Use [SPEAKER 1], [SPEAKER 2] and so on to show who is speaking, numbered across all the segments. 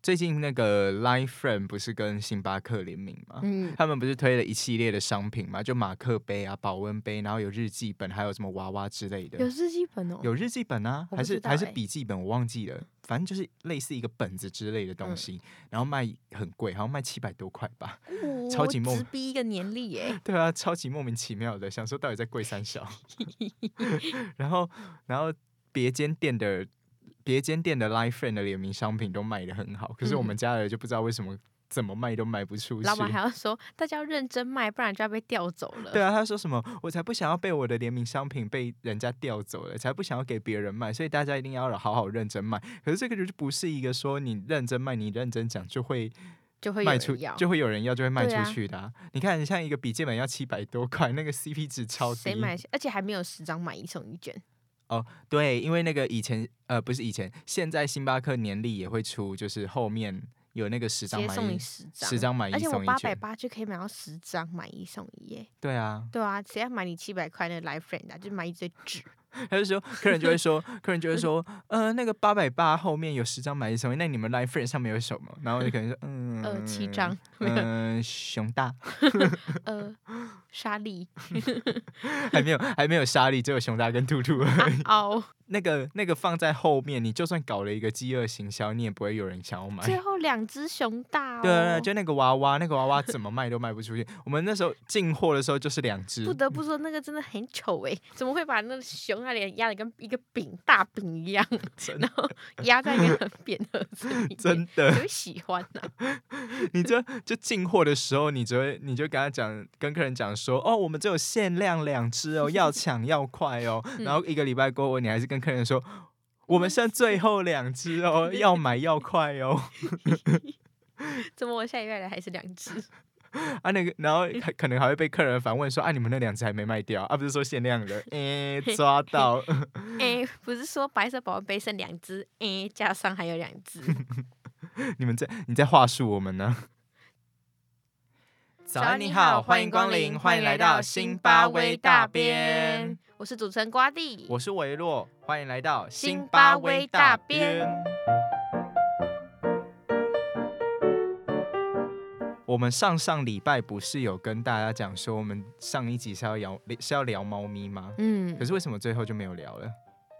[SPEAKER 1] 最近那个 Line Friend 不是跟星巴克联名吗？
[SPEAKER 2] 嗯，
[SPEAKER 1] 他们不是推了一系列的商品嘛，就马克杯啊、保温杯，然后有日记本，还有什么娃娃之类的。
[SPEAKER 2] 有日记本哦，
[SPEAKER 1] 有日记本啊，
[SPEAKER 2] 我
[SPEAKER 1] 还
[SPEAKER 2] 不
[SPEAKER 1] 是
[SPEAKER 2] 知道
[SPEAKER 1] 还是
[SPEAKER 2] 欸
[SPEAKER 1] 笔记本，我忘记了，反正就是类似一个本子之类的东
[SPEAKER 2] 嗯
[SPEAKER 1] 西，然后卖很贵，好像卖七百多块吧。
[SPEAKER 2] 哦
[SPEAKER 1] 超级梦
[SPEAKER 2] 直逼一个年历耶，
[SPEAKER 1] 对啊，超级莫名其妙的，想说到底在贵三小。 然后，然后别间店的别间店的 Life Friend 的联名商品都卖的很好，可是我们家的就不知道为什么怎么卖都卖 不出去。
[SPEAKER 2] 嗯老板还要说大家要认真卖，不然就要被调走了。
[SPEAKER 1] 对啊，他说什么？我才不想要被我的联名商品被人家调走了，才不想要给别人卖，所以大家一定要好好认真卖。可是这个就是不是一个说你认真卖，你认真讲就会
[SPEAKER 2] 就会有
[SPEAKER 1] 卖出，
[SPEAKER 2] 人要，
[SPEAKER 1] 就会有人要，就会卖
[SPEAKER 2] 对啊
[SPEAKER 1] 出去的、啊。你看，像一个笔记本要七百多块，那个 CP 值超低。
[SPEAKER 2] 谁买？而且还没有十张买一送一卷，
[SPEAKER 1] 对，因为那个以前呃不是以前，现在星巴克年历也会出，就是后面有那个十
[SPEAKER 2] 直
[SPEAKER 1] 张
[SPEAKER 2] 接
[SPEAKER 1] 买
[SPEAKER 2] 送
[SPEAKER 1] 一
[SPEAKER 2] 你十张，
[SPEAKER 1] 十张买
[SPEAKER 2] 而
[SPEAKER 1] 一
[SPEAKER 2] 且我
[SPEAKER 1] 送一
[SPEAKER 2] 八百
[SPEAKER 1] 卷。
[SPEAKER 2] 八就可以买到十张买一送一耶。
[SPEAKER 1] 对啊，
[SPEAKER 2] 对啊，谁要买你七百块那个 Life Friend 啊，就买一堆纸。
[SPEAKER 1] 他就说，客人就会说，客人就会说，呃，那个八百八后面有十张买一送一，那你们 Line Friend 上面有什么？然后就可能说，嗯，
[SPEAKER 2] 呃七张没有
[SPEAKER 1] 嗯、熊大
[SPEAKER 2] 呃，莎莉
[SPEAKER 1] 还没有，还没有沙粒，只有熊大跟兔兔而已。
[SPEAKER 2] 哦，
[SPEAKER 1] 那个那个放在后面，你就算搞了一个饥饿行销，你也不会有人想要买。
[SPEAKER 2] 最后两只熊大、哦，
[SPEAKER 1] 对对，对就那个娃娃，那个娃娃怎么卖都卖不出去。我们那时候进货的时候就是两只
[SPEAKER 2] 不，得不说那个真的很丑哎，怎么会把那个熊啊脸压的跟一个饼大饼一样，
[SPEAKER 1] 真
[SPEAKER 2] 然后压在一个很扁的盒子里面，
[SPEAKER 1] 真的。
[SPEAKER 2] 谁会喜欢呢、
[SPEAKER 1] 你就就进货的时候，你就会你就跟他讲，跟客人讲说，哦，我们只有限量两只哦，要抢要快哦。然后一个礼拜过后，你还是跟客人说，我们剩最后两只哦，要买要快哦。
[SPEAKER 2] 怎么我下礼拜来还是两 只？
[SPEAKER 1] 啊，那个，然后可可能还会被客人反问说，啊，你们那两只还没卖掉啊？不是说限量的，诶，抓到。
[SPEAKER 2] 哎、不是说白色保温杯剩两只，哎、加上还有两只。
[SPEAKER 1] 你们在你在话术我们呢？ 早安，你好，欢迎光临，欢迎来到辛巴威大边。，
[SPEAKER 2] 我是主持人瓜地，
[SPEAKER 1] 我是维洛，欢迎来到
[SPEAKER 2] 辛巴威大边。
[SPEAKER 1] 我们上上礼拜不是有跟大家讲说，我们上一集是要聊是要聊猫咪吗？
[SPEAKER 2] 嗯
[SPEAKER 1] 可，是为什么最后就没有聊了？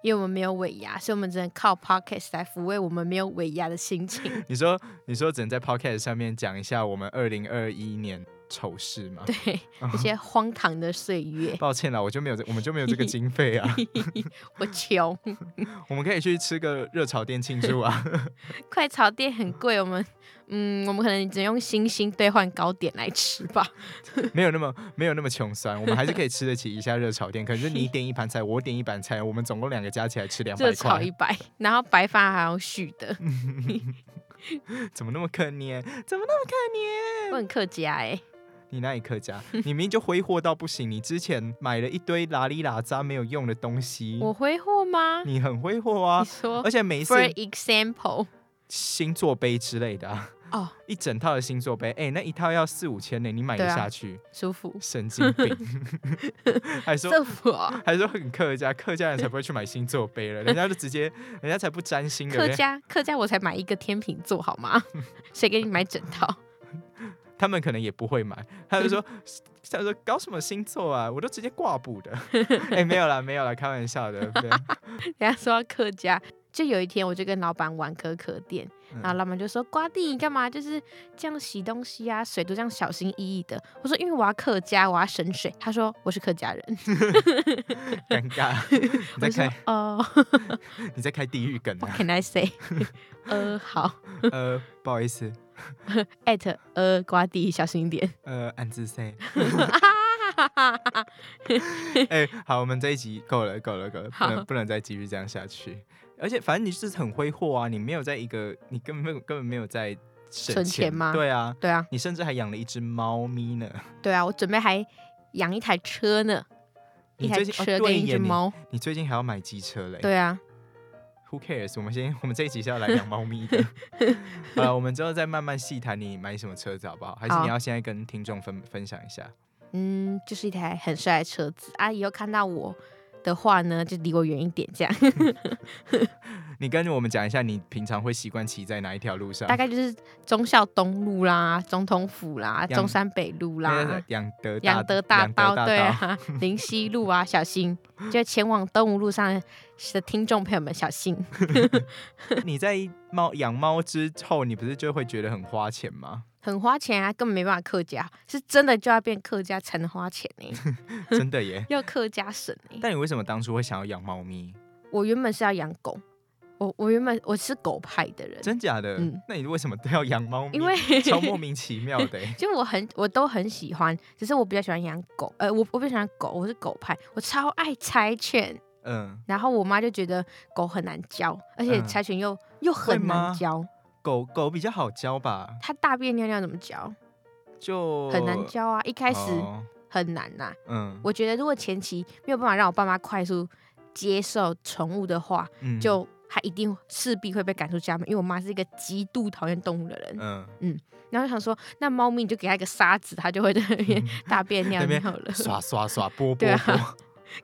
[SPEAKER 2] 因为我们没有尾牙，所以我们只能靠 podcast 来抚慰我们没有尾牙的 心情。
[SPEAKER 1] 你说你说只能在 podcast 上面讲一下我们二零二一年丑事吗？
[SPEAKER 2] 对，
[SPEAKER 1] 哦
[SPEAKER 2] 一些荒唐的岁月，
[SPEAKER 1] 抱歉啦，我就没有这我们就没有这个经费啊，
[SPEAKER 2] 我穷，
[SPEAKER 1] 我们可以去吃个热炒店庆祝啊。
[SPEAKER 2] 快炒店很贵，我们嗯，我们可能只能用星星兑换糕点来吃吧。
[SPEAKER 1] 没有那么没有那么穷酸，我们还是可以吃得起一下热炒店。可是你点一盘菜，我点一盘菜，我们总共两个加起来吃两
[SPEAKER 2] 热
[SPEAKER 1] 百
[SPEAKER 2] 炒
[SPEAKER 1] 块嗯
[SPEAKER 2] 一，百，然后白饭还要续的，
[SPEAKER 1] 怎么那么可怜？怎么那么可怜？
[SPEAKER 2] 我很客家哎、
[SPEAKER 1] 你那里客家，你明明就挥霍到不行，你之前买了一堆拉里拉渣没有用的东西，
[SPEAKER 2] 我挥霍吗？
[SPEAKER 1] 你很挥霍
[SPEAKER 2] 你
[SPEAKER 1] 啊！
[SPEAKER 2] 说
[SPEAKER 1] 而且每一次
[SPEAKER 2] ，for example，
[SPEAKER 1] 星座杯之类的、啊，
[SPEAKER 2] 哦，
[SPEAKER 1] 一整套的星座杯，哎、那一套要四五千呢，你买得
[SPEAKER 2] 对啊
[SPEAKER 1] 下去？
[SPEAKER 2] 舒服，
[SPEAKER 1] 神经 病！还说
[SPEAKER 2] 舒服哦。
[SPEAKER 1] 还说很客家，客家人才不会去买星座杯了，人家就直接，人家才不沾星的。
[SPEAKER 2] 客
[SPEAKER 1] 人家
[SPEAKER 2] 家客家我才买一个天秤座好吗？ 谁给你买整套？
[SPEAKER 1] 他们可能也不会买，他就说，他说搞什么星座啊，我都直接挂布的。 哎、没有啦，没有啦，开玩笑的。对
[SPEAKER 2] 人家说到客家，就有一天我就跟老板玩可可店，
[SPEAKER 1] 嗯
[SPEAKER 2] 然后老板就说：“瓜弟，你干嘛就是这样洗东西啊？水都这样小心翼翼的。”我说：“因为我要客家，我要省水。”他说：“我是客家人。
[SPEAKER 1] 尴 尬，”你
[SPEAKER 2] 我
[SPEAKER 1] 在
[SPEAKER 2] 就说
[SPEAKER 1] 开：“
[SPEAKER 2] 哦、
[SPEAKER 1] 你在开地狱梗
[SPEAKER 2] w h a
[SPEAKER 1] 啊
[SPEAKER 2] t？can I say？” 呃，好
[SPEAKER 1] 呃，不好意思，
[SPEAKER 2] ，at 呃瓜弟小心一点。
[SPEAKER 1] 呃，暗自 say。哎、好，我们这一集够了，够了，够了，不
[SPEAKER 2] 好
[SPEAKER 1] 能不能再继续这样下去。而且反正你就是很挥霍啊，你没有在一个，你根本根本没有在省
[SPEAKER 2] 存钱吗
[SPEAKER 1] 对啊，
[SPEAKER 2] 对啊，
[SPEAKER 1] 你甚至还养了一只猫咪呢。
[SPEAKER 2] 对啊，我准备还养一台车呢，一
[SPEAKER 1] 你
[SPEAKER 2] 台
[SPEAKER 1] 最近哦
[SPEAKER 2] 车
[SPEAKER 1] 对
[SPEAKER 2] 跟一
[SPEAKER 1] 耶
[SPEAKER 2] 只
[SPEAKER 1] 你
[SPEAKER 2] 猫。
[SPEAKER 1] 你最近还要买机车嘞？
[SPEAKER 2] 对啊，
[SPEAKER 1] ，Who cares？我们先，我们这一集是要来养猫咪 的。好了，我们之后再慢慢细谈你买什么车子好不好？还是
[SPEAKER 2] 好
[SPEAKER 1] 你要现在跟听众分分享一下？
[SPEAKER 2] 嗯，就是一台很帅的车子啊！以后看到我的话呢，就离我远一点，这样
[SPEAKER 1] 你跟我们讲一下，你平常会习惯骑在哪一条路上？
[SPEAKER 2] 大概就是忠孝东路啦、总统府啦、
[SPEAKER 1] 养
[SPEAKER 2] 中山北路
[SPEAKER 1] 那个
[SPEAKER 2] 啦、
[SPEAKER 1] 养德
[SPEAKER 2] 养德大
[SPEAKER 1] 大
[SPEAKER 2] 道
[SPEAKER 1] 道，
[SPEAKER 2] 对啊，林溪路啊，小心！就前往东吴路上的听众朋友们小心。
[SPEAKER 1] 你在猫养猫之后，你不是就会觉得很花钱吗？
[SPEAKER 2] 很花钱啊，根本没办法客家，是真的就要变客家才能花钱呢、欸
[SPEAKER 1] 真的 耶！
[SPEAKER 2] 要客家省呢、
[SPEAKER 1] 但你为什么当初会想要养猫咪？
[SPEAKER 2] 我原本是要养狗，我我原本我是狗派的人，
[SPEAKER 1] 真假的？
[SPEAKER 2] 嗯
[SPEAKER 1] 那你为什么都要养猫咪？
[SPEAKER 2] 因为
[SPEAKER 1] 超莫名其妙的耶
[SPEAKER 2] 就我很我都很喜欢，只是我比较喜欢养狗，呃，我我比较喜欢狗，我是狗派，我超爱柴犬，
[SPEAKER 1] 嗯，
[SPEAKER 2] 然后我妈就觉得狗很难教，而且
[SPEAKER 1] 嗯
[SPEAKER 2] 柴犬又、又很
[SPEAKER 1] 吗
[SPEAKER 2] 难教，
[SPEAKER 1] 狗狗比较好教吧，
[SPEAKER 2] 它大便尿尿怎么教？
[SPEAKER 1] 就
[SPEAKER 2] 很难教啊，一开始
[SPEAKER 1] 哦
[SPEAKER 2] 很难呐、
[SPEAKER 1] 嗯
[SPEAKER 2] 我觉得如果前期没有办法让我爸妈快速接受宠物的话，
[SPEAKER 1] 嗯
[SPEAKER 2] 就他一定势必会被赶出家门，因为我妈是一个极度讨厌动物的人。
[SPEAKER 1] 嗯，
[SPEAKER 2] 然后就想说，那猫咪你就给它一个沙子，它就会在那边 大便
[SPEAKER 1] 嗯
[SPEAKER 2] 尿
[SPEAKER 1] 那边
[SPEAKER 2] 尿了，
[SPEAKER 1] 刷刷刷，波波
[SPEAKER 2] 对啊
[SPEAKER 1] 波，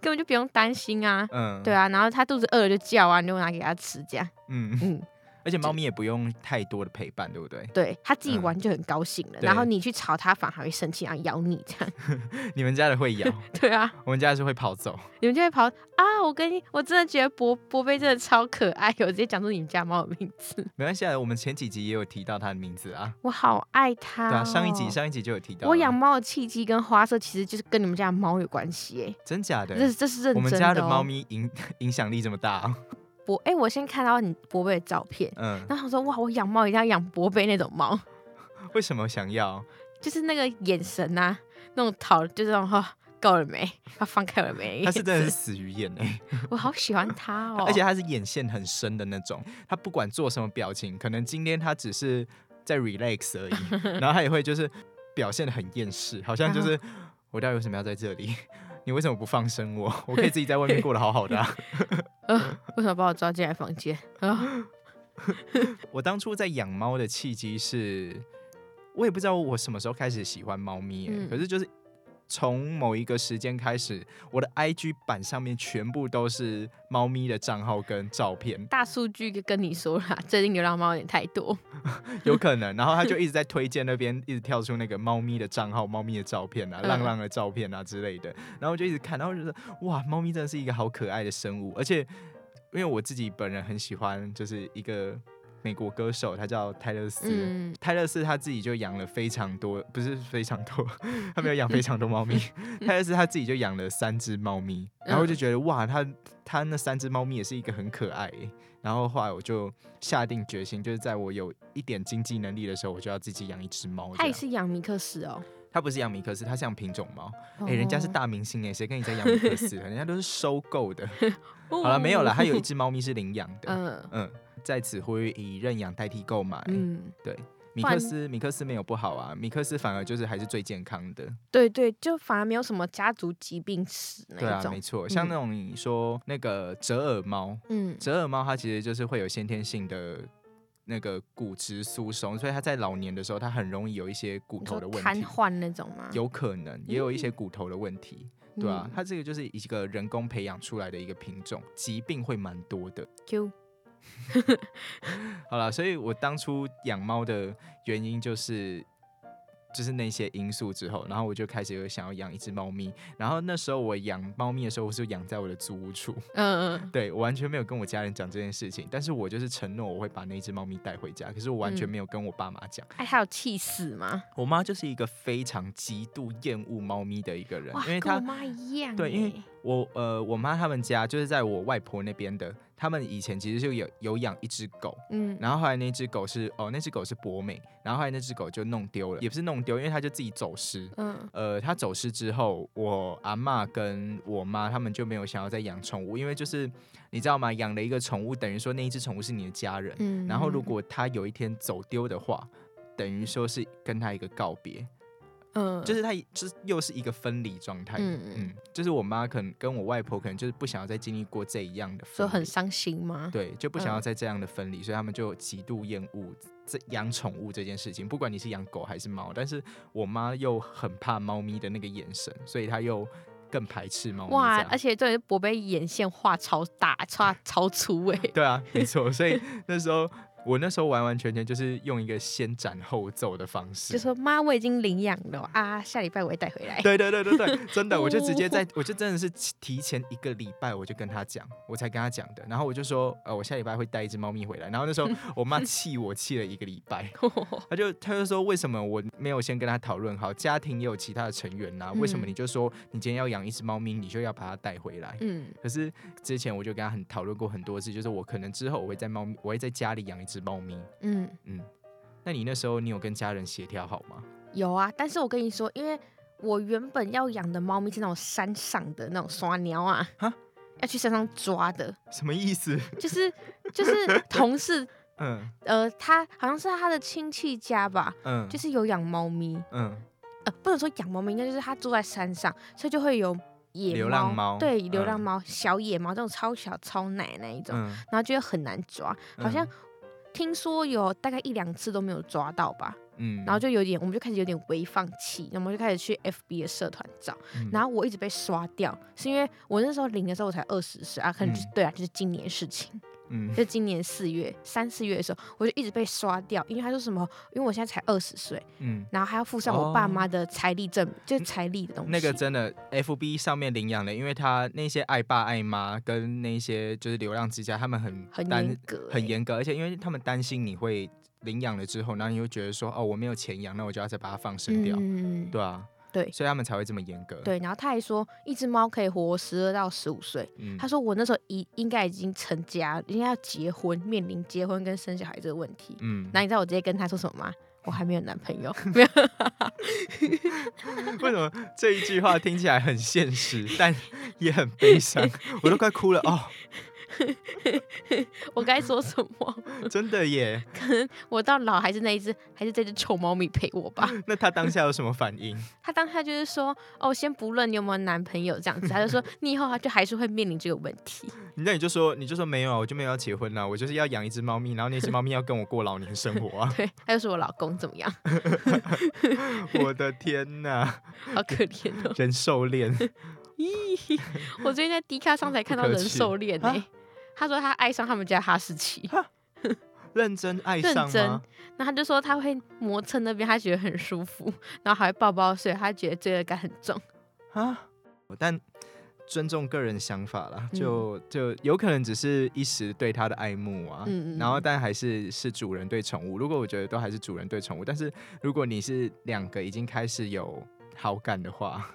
[SPEAKER 2] 根本就不用担心啊。
[SPEAKER 1] 嗯，
[SPEAKER 2] 对啊，然后它肚子饿了就叫啊，你就拿给它吃，这样，
[SPEAKER 1] 嗯，
[SPEAKER 2] 嗯，
[SPEAKER 1] 而且猫咪也不用太多的陪伴，对不对？
[SPEAKER 2] 对，它自己
[SPEAKER 1] 嗯
[SPEAKER 2] 玩就很高兴了。
[SPEAKER 1] 对
[SPEAKER 2] 然后你去吵它，反而会生气，然后咬你，这样，
[SPEAKER 1] 你们家的会咬，
[SPEAKER 2] 对啊，
[SPEAKER 1] 我们家的是会跑走。
[SPEAKER 2] 你们就会跑啊！我跟你，我真的觉得博博贝真的超可爱，我直接讲出你们家猫的名字，
[SPEAKER 1] 没关系啊，我们前几集也有提到它的名字啊。
[SPEAKER 2] 我好爱它、
[SPEAKER 1] 对
[SPEAKER 2] 哦。
[SPEAKER 1] 啊，上一集上一集就有提到了。
[SPEAKER 2] 我养猫的契机跟花色其实就是跟你们家的猫有关系耶，
[SPEAKER 1] 真假的？
[SPEAKER 2] 这是这是认真的、哦。
[SPEAKER 1] 我们家的猫咪影 影响力这么大、哦，
[SPEAKER 2] 博哎、我先看到你博贝的照片，
[SPEAKER 1] 嗯，
[SPEAKER 2] 然后我说哇，我养猫一定要养博贝那种猫，
[SPEAKER 1] 为什么想 要？
[SPEAKER 2] 就是那个眼神啊，那种讨就是那种哈、够了没，要放开了没？
[SPEAKER 1] 它是真的是死鱼眼哎、
[SPEAKER 2] 我好喜欢它哦，
[SPEAKER 1] 而且它是眼线很深的那种，它不管做什么表情，可能今天它只是在 relax 而 已，然后它也会就是表现的很厌世，好像
[SPEAKER 2] 嗯
[SPEAKER 1] 就是我到底为什么要在这里？ 你为什么不放生我？我可以自己在外面过得好好的、 啊。
[SPEAKER 2] 为什么把我抓进来房间？
[SPEAKER 1] 嗯
[SPEAKER 2] 啊，
[SPEAKER 1] 我当初在养猫的契机是，我也不知道我什么时候开始喜欢猫咪、欸，
[SPEAKER 2] 嗯
[SPEAKER 1] 可是就是从某一个时间开始，我的 IG 版上面全部都是猫咪的账号跟照片，
[SPEAKER 2] 大数据就跟你说啦，最近流浪猫有点太多，
[SPEAKER 1] 有可能，然后他就一直在推荐那边，一直跳出那个猫咪的账号、猫咪的照片啊、
[SPEAKER 2] 嗯
[SPEAKER 1] 浪浪的照片啊之类的，然后我就一直看，然后就觉得哇，猫咪真的是一个好可爱的生物，而且因为我自己本人很喜欢，就是一个美国歌手，他叫泰勒斯。
[SPEAKER 2] 嗯，
[SPEAKER 1] 泰勒斯他自己就养了非常多，不是非常多， 他没有养非常多 猫咪。泰勒斯他自己就养了三只猫咪，然后
[SPEAKER 2] 嗯
[SPEAKER 1] 我就觉得哇，他他那三只猫咪也是一个很可爱欸。然后后来我就下定决心，就是在我有一点经济能力的时候，我就要自己养一只猫这
[SPEAKER 2] 它也
[SPEAKER 1] 样。
[SPEAKER 2] 是养米克斯哦，
[SPEAKER 1] 他不是养米克斯，他是养品种猫。哎、人家是大明星哎、谁跟你在养米克斯啊？人家都是收购 的。
[SPEAKER 2] 哦，
[SPEAKER 1] 好了，没有了，还有一只猫咪是领养的。
[SPEAKER 2] 嗯
[SPEAKER 1] 嗯，在此呼吁以认养代替购买。
[SPEAKER 2] 嗯。
[SPEAKER 1] 米
[SPEAKER 2] 不然
[SPEAKER 1] 克斯，米克斯没有不好啊，米克斯反而就是还是最健康的。
[SPEAKER 2] 对对，就反而没有什么家族疾病史
[SPEAKER 1] 对
[SPEAKER 2] 那一
[SPEAKER 1] 啊，
[SPEAKER 2] 种。
[SPEAKER 1] 没错，像那种你说、那个折耳猫，
[SPEAKER 2] 嗯，
[SPEAKER 1] 折耳猫它其实就是会有先天性的那个骨质疏松，所以它在老年的时候，它很容易有一些骨
[SPEAKER 2] 你
[SPEAKER 1] 头
[SPEAKER 2] 说
[SPEAKER 1] 的问
[SPEAKER 2] 瘫
[SPEAKER 1] 题，
[SPEAKER 2] 痪那种吗？
[SPEAKER 1] 有可能也有一些骨头的问题。对啊
[SPEAKER 2] 嗯，
[SPEAKER 1] 它这个就是一个人工培养出来的一个品种，疾病会蛮多的。
[SPEAKER 2] Q
[SPEAKER 1] 好了，所以我当初养猫的原因就是就是那些因素之后，然后我就开始有想要养一只猫咪。然后那时候我养猫咪的时候，我是养在我的租屋处，
[SPEAKER 2] 嗯嗯
[SPEAKER 1] 对我完全没有跟我家人讲这件事情，但是我就是承诺我会把那只猫咪带回家，可是我完全
[SPEAKER 2] 嗯
[SPEAKER 1] 没有跟我爸妈讲。
[SPEAKER 2] 哎，还有气死吗？
[SPEAKER 1] 我妈就是一个非常极度厌恶猫咪的一个人，
[SPEAKER 2] 哇，
[SPEAKER 1] 因为
[SPEAKER 2] 跟
[SPEAKER 1] 她
[SPEAKER 2] 我妈一样耶。
[SPEAKER 1] 对因为我呃，我妈他们家就是在我外婆那边的，他们以前其实就有有养一只狗，
[SPEAKER 2] 嗯，
[SPEAKER 1] 然后后来那只狗是哦，那只狗是博美，然后后来那只狗就弄丢了，也不是弄丢，因为它就自己走失。
[SPEAKER 2] 嗯
[SPEAKER 1] 呃，它走失之后，我阿嬷跟我妈他们就没有想要再养宠物，因为就是你知道吗？养了一个宠物，等于说那一只宠物是你的家人。
[SPEAKER 2] 嗯，
[SPEAKER 1] 然后如果它有一天走丢的话，等于说是跟它一个告别，
[SPEAKER 2] 嗯，
[SPEAKER 1] 就是它就是又是一个分离状态。
[SPEAKER 2] 嗯
[SPEAKER 1] 嗯
[SPEAKER 2] 嗯
[SPEAKER 1] 就是我妈可能跟我外婆可能就是不想要再经历过这一样的分
[SPEAKER 2] 说
[SPEAKER 1] 离，
[SPEAKER 2] 很伤心吗？
[SPEAKER 1] 对，就不想
[SPEAKER 2] 嗯
[SPEAKER 1] 要再这样的分离，所以他们就极度厌恶这养宠物这件事情。不管你是养狗还是猫，但是我妈又很怕猫咪的那个眼神，所以她又更排斥猫咪。
[SPEAKER 2] 哇
[SPEAKER 1] 这！样
[SPEAKER 2] 而且重点是博贝眼线画超大，画超粗哎、
[SPEAKER 1] 对啊， 没错。所以那时候我那时候完完全全就是用一个先斩后奏的方式
[SPEAKER 2] 就。说妈，我已经领养了啊，下礼拜我会带回来。
[SPEAKER 1] 对对对对对，真的，我就直接
[SPEAKER 2] 哦
[SPEAKER 1] 在，我就真的是提前一个礼拜我就跟他讲，我才跟他讲的。然后我就说，呃，我下礼拜会带一只猫咪回来。然后那时 候我妈气我气了一个礼拜，他就他就说，为什么我没有先跟他讨论好？家庭也有其他的成员呐、为什么
[SPEAKER 2] 嗯
[SPEAKER 1] 你就说你今天要养一只猫咪，你就要把它带回来？
[SPEAKER 2] 嗯，
[SPEAKER 1] 可是之前我就跟他很讨论过很多次，就是我可能之后我会在猫咪，我会在家里养一只猫咪。
[SPEAKER 2] 嗯，
[SPEAKER 1] 嗯，那你那时候你有跟家人协调好吗？
[SPEAKER 2] 有啊。但是我跟你说，因为我原本要养的猫咪是那种山上的那种刷鸟啊
[SPEAKER 1] 哈，
[SPEAKER 2] 要去山上抓的，
[SPEAKER 1] 什么意思？
[SPEAKER 2] 就是就是 同事
[SPEAKER 1] 嗯
[SPEAKER 2] 呃，他好像是他的亲戚家吧，
[SPEAKER 1] 嗯，
[SPEAKER 2] 就是有养猫咪，
[SPEAKER 1] 嗯
[SPEAKER 2] 呃，不能说养猫咪，应该就是他住在山上，所以就会有野
[SPEAKER 1] 流浪猫
[SPEAKER 2] 对，流
[SPEAKER 1] 嗯
[SPEAKER 2] 浪猫、小野猫这种超小超奶那一种，
[SPEAKER 1] 嗯，
[SPEAKER 2] 然后就会很难抓，好像。听说有大概一两次都没有抓到吧，
[SPEAKER 1] 嗯，
[SPEAKER 2] 然后就有点，我们就开始有点微放弃，那我们就开始去 FB 的社团找，
[SPEAKER 1] 嗯
[SPEAKER 2] 然后我一直被刷掉，是因为我那时候领的时候我才二十岁啊，可能、就是
[SPEAKER 1] 嗯
[SPEAKER 2] 对啊，就是今年的事情。
[SPEAKER 1] 嗯
[SPEAKER 2] 就今年四月三四月的时候，我就一直被刷掉，因为他说什么，因为我现在才二十岁，
[SPEAKER 1] 嗯，
[SPEAKER 2] 然后还要附上我爸
[SPEAKER 1] 哦嗯
[SPEAKER 2] 妈的财力证，就是财力的东西。
[SPEAKER 1] 那个真的，FB 上面领养的，因为他那些爱爸爱妈跟那些就是流浪之家，他们很
[SPEAKER 2] 很
[SPEAKER 1] 担
[SPEAKER 2] 严格、
[SPEAKER 1] 很。严格，而且因为他们担心你会领养了之后，然后你又觉得说哦我没有钱养，那我就要再把它放生掉，
[SPEAKER 2] 嗯，
[SPEAKER 1] 对啊，
[SPEAKER 2] 对
[SPEAKER 1] 所以他们才会这么严格。，
[SPEAKER 2] 对。然后他还说，一只猫可以活十二到十五岁。
[SPEAKER 1] 嗯
[SPEAKER 2] 他说我那时候已应该已经成家，应该要结婚，面临结婚跟生小孩这个问题。
[SPEAKER 1] 嗯，
[SPEAKER 2] 那你知道我直接跟他说什么吗？我还没有男朋友，没有。
[SPEAKER 1] 为什么这一句话听起来很现实，但也很悲伤？我都快哭了哦，
[SPEAKER 2] 我该说什么？
[SPEAKER 1] 真的耶！
[SPEAKER 2] 我到老还是那一只，还是这只臭猫咪陪我吧。
[SPEAKER 1] 那他当下有什么反应？
[SPEAKER 2] 他当下就是说，哦，先不论你有没有男朋友这样子，他就 说你以后就还是会面临这个问题。
[SPEAKER 1] 那你就说，你就说没有啊，我就没有要结婚啊，我就是要养一只猫咪，然后那只猫咪要跟我过老年生活啊！
[SPEAKER 2] 对，他就说我老公怎么样，
[SPEAKER 1] 我的天哪，
[SPEAKER 2] 好可怜 哦。
[SPEAKER 1] 人兽恋，
[SPEAKER 2] 咦，我最近在 D 卡上才看到
[SPEAKER 1] 不可
[SPEAKER 2] 人兽恋呢、
[SPEAKER 1] 取啊
[SPEAKER 2] 他说他爱上他们家哈士奇，
[SPEAKER 1] 认真爱
[SPEAKER 2] 认
[SPEAKER 1] 上
[SPEAKER 2] 真
[SPEAKER 1] 吗？
[SPEAKER 2] 那他就说他会磨蹭那边，他觉得很舒服，然后还会抱抱睡，他觉得罪恶感很重。
[SPEAKER 1] 啊，但尊重个人想法啦，
[SPEAKER 2] 嗯
[SPEAKER 1] 就就有可能只是一时对它的爱慕啊，
[SPEAKER 2] 嗯嗯
[SPEAKER 1] 然后
[SPEAKER 2] 嗯
[SPEAKER 1] 但还是是主人对宠物。如果我觉得都还是主人对宠物，但是如果你是两个已经开始有好感的话，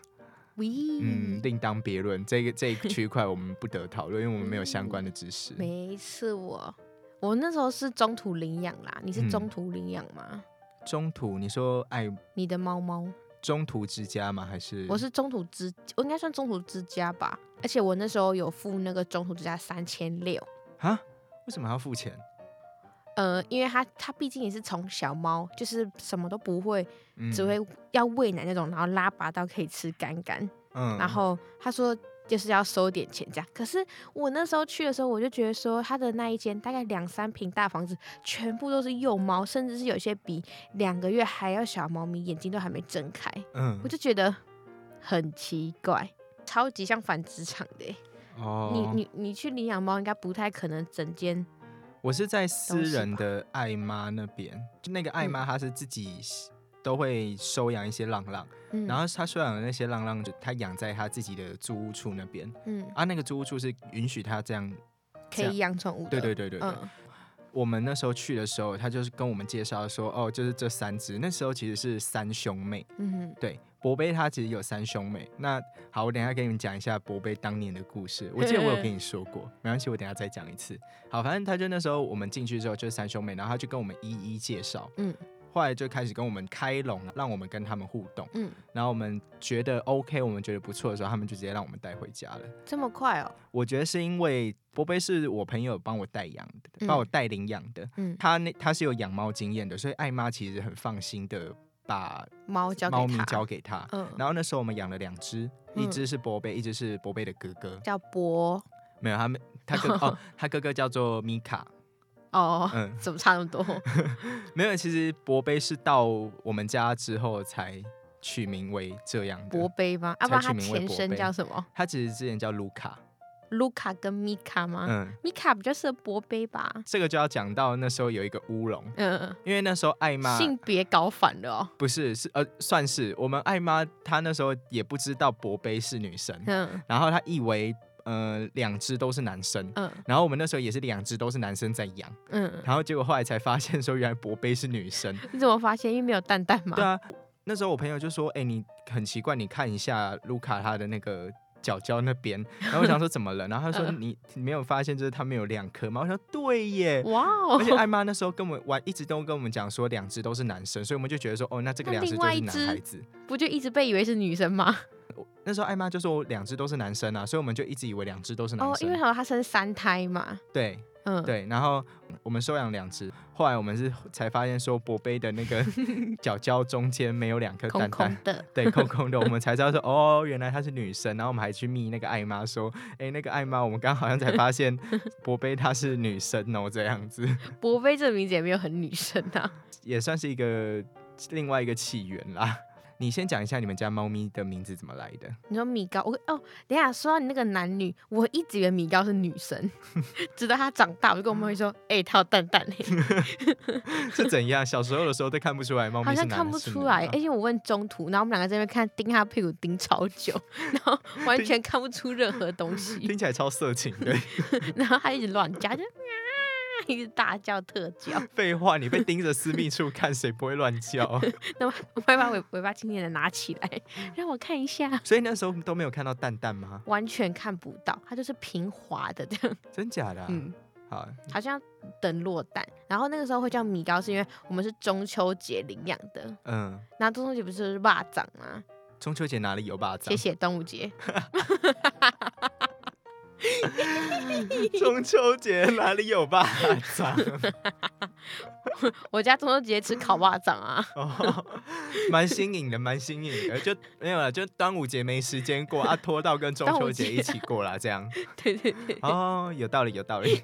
[SPEAKER 2] 喂，
[SPEAKER 1] 嗯，另当别论。这个这一区块我们不得讨论，因为我们没有相关的知识。
[SPEAKER 2] 每一次我我那时候是中途领养啦，你是
[SPEAKER 1] 嗯
[SPEAKER 2] 中途领养吗？
[SPEAKER 1] 中途你说爱
[SPEAKER 2] 你的猫猫。
[SPEAKER 1] 中途之家吗？还是
[SPEAKER 2] 我是中途之，我应该算中途之家吧。而且我那时候有付那个中途之家三千六，
[SPEAKER 1] 啊？为什么还要付钱？
[SPEAKER 2] 呃，因为它它毕竟也是从小猫，就是什么都不会，
[SPEAKER 1] 嗯
[SPEAKER 2] 只会要喂奶那种，然后拉拔到可以吃干干。
[SPEAKER 1] 嗯
[SPEAKER 2] 然后他说就是要收点钱这样。可是我那时候去的时候，我就觉得说他的那一间大概两三平大房子，全部都是幼猫，甚至是有些比两个月还要小猫咪，眼睛都还没睁开。
[SPEAKER 1] 嗯
[SPEAKER 2] 我就觉得很奇怪，超级像反职场的欸、
[SPEAKER 1] 哦，
[SPEAKER 2] 你你你去领养猫，应该不太可能整间
[SPEAKER 1] 我是在私
[SPEAKER 2] 东西
[SPEAKER 1] 人
[SPEAKER 2] 吧嗯
[SPEAKER 1] 的爱妈那边，就那个爱妈她是自己都会收养一些浪浪，
[SPEAKER 2] 嗯
[SPEAKER 1] 然后她收养的那些浪浪就她养在她自己的租屋处那边，
[SPEAKER 2] 嗯
[SPEAKER 1] 啊，那个租屋处是允许她这样，
[SPEAKER 2] 可以养宠物的。
[SPEAKER 1] 对对对对对。
[SPEAKER 2] 嗯
[SPEAKER 1] 我们那时候去的时候，她就是跟我们介绍说，哦，就是这三只，那时候其实是三兄妹，
[SPEAKER 2] 嗯
[SPEAKER 1] 对。博贝她其实有三兄妹，那好，我等一下给你们讲一下博贝当年的故事。我记得我有跟你说过，没关系，我等一下再讲一次。好，反正他就那时候我们进去之后就是三兄妹，然后他就跟我们一一介绍，
[SPEAKER 2] 嗯
[SPEAKER 1] 后来就开始跟我们开笼，让我们跟他们互动。
[SPEAKER 2] 嗯，
[SPEAKER 1] 然后我们觉得 OK，我们觉得不错的时候，他们就直接让我们带回家了。
[SPEAKER 2] 这么快哦，
[SPEAKER 1] 我觉得是因为波贝是我朋友帮我代养的，
[SPEAKER 2] 嗯
[SPEAKER 1] 帮我代领养的。
[SPEAKER 2] 嗯
[SPEAKER 1] 他那他是有养猫经验的，所以艾妈其实很放心的把
[SPEAKER 2] 猫交给
[SPEAKER 1] 猫咪
[SPEAKER 2] 他
[SPEAKER 1] 交给他。
[SPEAKER 2] 嗯，
[SPEAKER 1] 然后那时候我们养了两只，一
[SPEAKER 2] 嗯
[SPEAKER 1] 只是波贝，一只是波贝的哥哥。
[SPEAKER 2] 叫波
[SPEAKER 1] 没有，他们他 哥哦，他哥哥叫做米卡。
[SPEAKER 2] 哦，
[SPEAKER 1] 嗯，
[SPEAKER 2] 怎么差那么多？
[SPEAKER 1] 没有，其实博杯是到我们家之后才取名为这样
[SPEAKER 2] 博
[SPEAKER 1] 的。
[SPEAKER 2] 杯吗？要、啊不然
[SPEAKER 1] 才
[SPEAKER 2] 它
[SPEAKER 1] 取名为
[SPEAKER 2] 前
[SPEAKER 1] 博
[SPEAKER 2] 身
[SPEAKER 1] 杯
[SPEAKER 2] 叫什么？
[SPEAKER 1] 他其实之前叫卢卡，
[SPEAKER 2] 卢卡跟米卡吗？
[SPEAKER 1] 嗯，
[SPEAKER 2] 米卡比较适合博杯吧？
[SPEAKER 1] 这个就要讲到那时候有一个乌龙，
[SPEAKER 2] 嗯，
[SPEAKER 1] 因为那时候艾妈
[SPEAKER 2] 性别搞反了哦。
[SPEAKER 1] 不是是呃算是我们艾妈，她那时候也不知道博杯是女生，
[SPEAKER 2] 嗯
[SPEAKER 1] 然后她以为呃两只都是男生。
[SPEAKER 2] 嗯
[SPEAKER 1] 然后我们那时候也是两只都是男生在养，
[SPEAKER 2] 嗯，
[SPEAKER 1] 然后结果后来才发现说原来博杯是女生，
[SPEAKER 2] 你怎么发现？因为没有蛋蛋嘛。
[SPEAKER 1] 对啊，那时候我朋友就说：“哎、你很奇怪，你看一下卢卡他的那个脚脚那边。”然后我想说怎么了？然后他说：“
[SPEAKER 2] 嗯
[SPEAKER 1] 你你没有发现就是他们有两颗吗？”我说：“对耶。”
[SPEAKER 2] 哇
[SPEAKER 1] 而 且
[SPEAKER 2] 哦，
[SPEAKER 1] 艾妈那时候跟我们玩，一直都跟我们讲说两只都是男生，所以我们就觉得说：“哦，那这个
[SPEAKER 2] 那
[SPEAKER 1] 两只
[SPEAKER 2] 另
[SPEAKER 1] 就
[SPEAKER 2] 外
[SPEAKER 1] 是
[SPEAKER 2] 一
[SPEAKER 1] 男
[SPEAKER 2] 只
[SPEAKER 1] 孩子。
[SPEAKER 2] 不就一直被以为是女生吗？”
[SPEAKER 1] 那时候艾妈就说两只都是男生啊，所以我们就一直以为两只都是男
[SPEAKER 2] 哦，
[SPEAKER 1] 生。
[SPEAKER 2] 因为好像她生三胎嘛。
[SPEAKER 1] 对
[SPEAKER 2] 嗯，
[SPEAKER 1] 对，然后我们收养两只，后来我们是才发现说博杯的那 个脚脚中间没有两颗蛋蛋，
[SPEAKER 2] 空空的。
[SPEAKER 1] 对，空空的，我们才知道说，哦，原来她是女生。然后我们还去密那个艾妈说，哎，那个艾妈，我们刚好像才发 现博贝她是女生哦，这样子
[SPEAKER 2] 博杯这个名字也没有很女生啊。
[SPEAKER 1] 也算是一个另外一个起源啦。你先讲一下你们家猫咪的名字怎么来的？
[SPEAKER 2] 你说米高，我哦，等一下说到你那个男女，我一直以为米高是女 生，直到她长大，我就跟我妈会说，哎、她有蛋蛋嘞、
[SPEAKER 1] 是怎样？小时候的时候都看不出来猫咪
[SPEAKER 2] 好
[SPEAKER 1] 哦是
[SPEAKER 2] 像
[SPEAKER 1] 男的啊
[SPEAKER 2] 看不
[SPEAKER 1] 是
[SPEAKER 2] 出
[SPEAKER 1] 女
[SPEAKER 2] 来，
[SPEAKER 1] 的
[SPEAKER 2] 而且我问中途，然后我们两个在那边看盯他屁股盯超久，然后完全看不出任何东西，
[SPEAKER 1] 听起来超色情的。
[SPEAKER 2] 然后他一直乱叫，就啊，一直大叫特叫，
[SPEAKER 1] 废话，你被盯着私密处看，谁不会乱叫？
[SPEAKER 2] 然后我还把尾尾巴轻轻的拿起来，
[SPEAKER 1] 嗯
[SPEAKER 2] 让我看一下，
[SPEAKER 1] 所以那时候都没有看到蛋蛋吗？
[SPEAKER 2] 完全看不到，它就是平滑的这样，
[SPEAKER 1] 真假的、啊？
[SPEAKER 2] 嗯，
[SPEAKER 1] 好，
[SPEAKER 2] 好像等落蛋。然后那个时候会叫米糕，是因为我们是中秋节领养的，
[SPEAKER 1] 嗯，
[SPEAKER 2] 那中秋节不是蚂蚱吗？
[SPEAKER 1] 中秋节哪里有霸掌
[SPEAKER 2] 谢？谢端午节，
[SPEAKER 1] 中秋节哪里有霸掌？
[SPEAKER 2] 我家中秋节吃烤蚂蚱 啊。
[SPEAKER 1] 哦，蛮新颖的，蛮新颖的，就没有了，就端午节没时间过啊，拖到跟中秋节一起过啦，这 样。
[SPEAKER 2] 对对对，
[SPEAKER 1] 哦，有道理，有道理。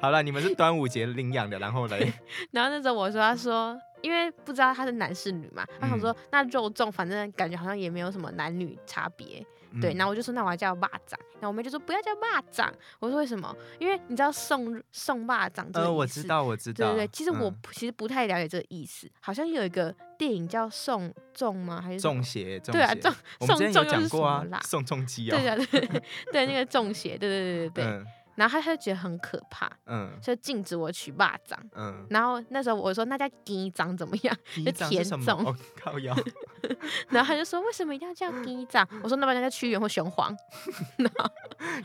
[SPEAKER 1] 好了，你们是端午节领养的，然后嘞，
[SPEAKER 2] 然后那时候我说，他说，因为不知道他是男是女嘛，他
[SPEAKER 1] 嗯
[SPEAKER 2] 想说、那肉粽反正感觉好像也没有什么男女差别，对。
[SPEAKER 1] 嗯
[SPEAKER 2] 然后我就说那我要叫蚂蚱，然后我妹就说不要叫蚂蚱，我说为什么？因为你知道送送蚂蚱这个意思。
[SPEAKER 1] 呃，我知。道，我知
[SPEAKER 2] 对
[SPEAKER 1] 道。
[SPEAKER 2] 对对，其实我
[SPEAKER 1] 嗯
[SPEAKER 2] 不其实不太了解这个意思，好像有一个电影叫《送粽》吗？还是什么
[SPEAKER 1] 中邪，中
[SPEAKER 2] 对啊
[SPEAKER 1] 邪
[SPEAKER 2] 中
[SPEAKER 1] 我们之前有
[SPEAKER 2] 中又
[SPEAKER 1] 讲
[SPEAKER 2] 是
[SPEAKER 1] 过啊
[SPEAKER 2] 什么啦，
[SPEAKER 1] 宋仲基
[SPEAKER 2] 对
[SPEAKER 1] 啊，
[SPEAKER 2] 对对 对对，那个中邪，对对对对对。
[SPEAKER 1] 嗯
[SPEAKER 2] 然后他他就觉得很可怕，
[SPEAKER 1] 嗯
[SPEAKER 2] 就禁止我取蚂蚱。
[SPEAKER 1] 嗯，
[SPEAKER 2] 然后那时候我说那叫鸡掌怎么样？
[SPEAKER 1] 第一张是
[SPEAKER 2] 田
[SPEAKER 1] 什么？
[SPEAKER 2] 中
[SPEAKER 1] 哦，靠腰，
[SPEAKER 2] 然后他就说：“为什么一定要叫鸡掌？”我说：“那不然叫屈原或雄黄。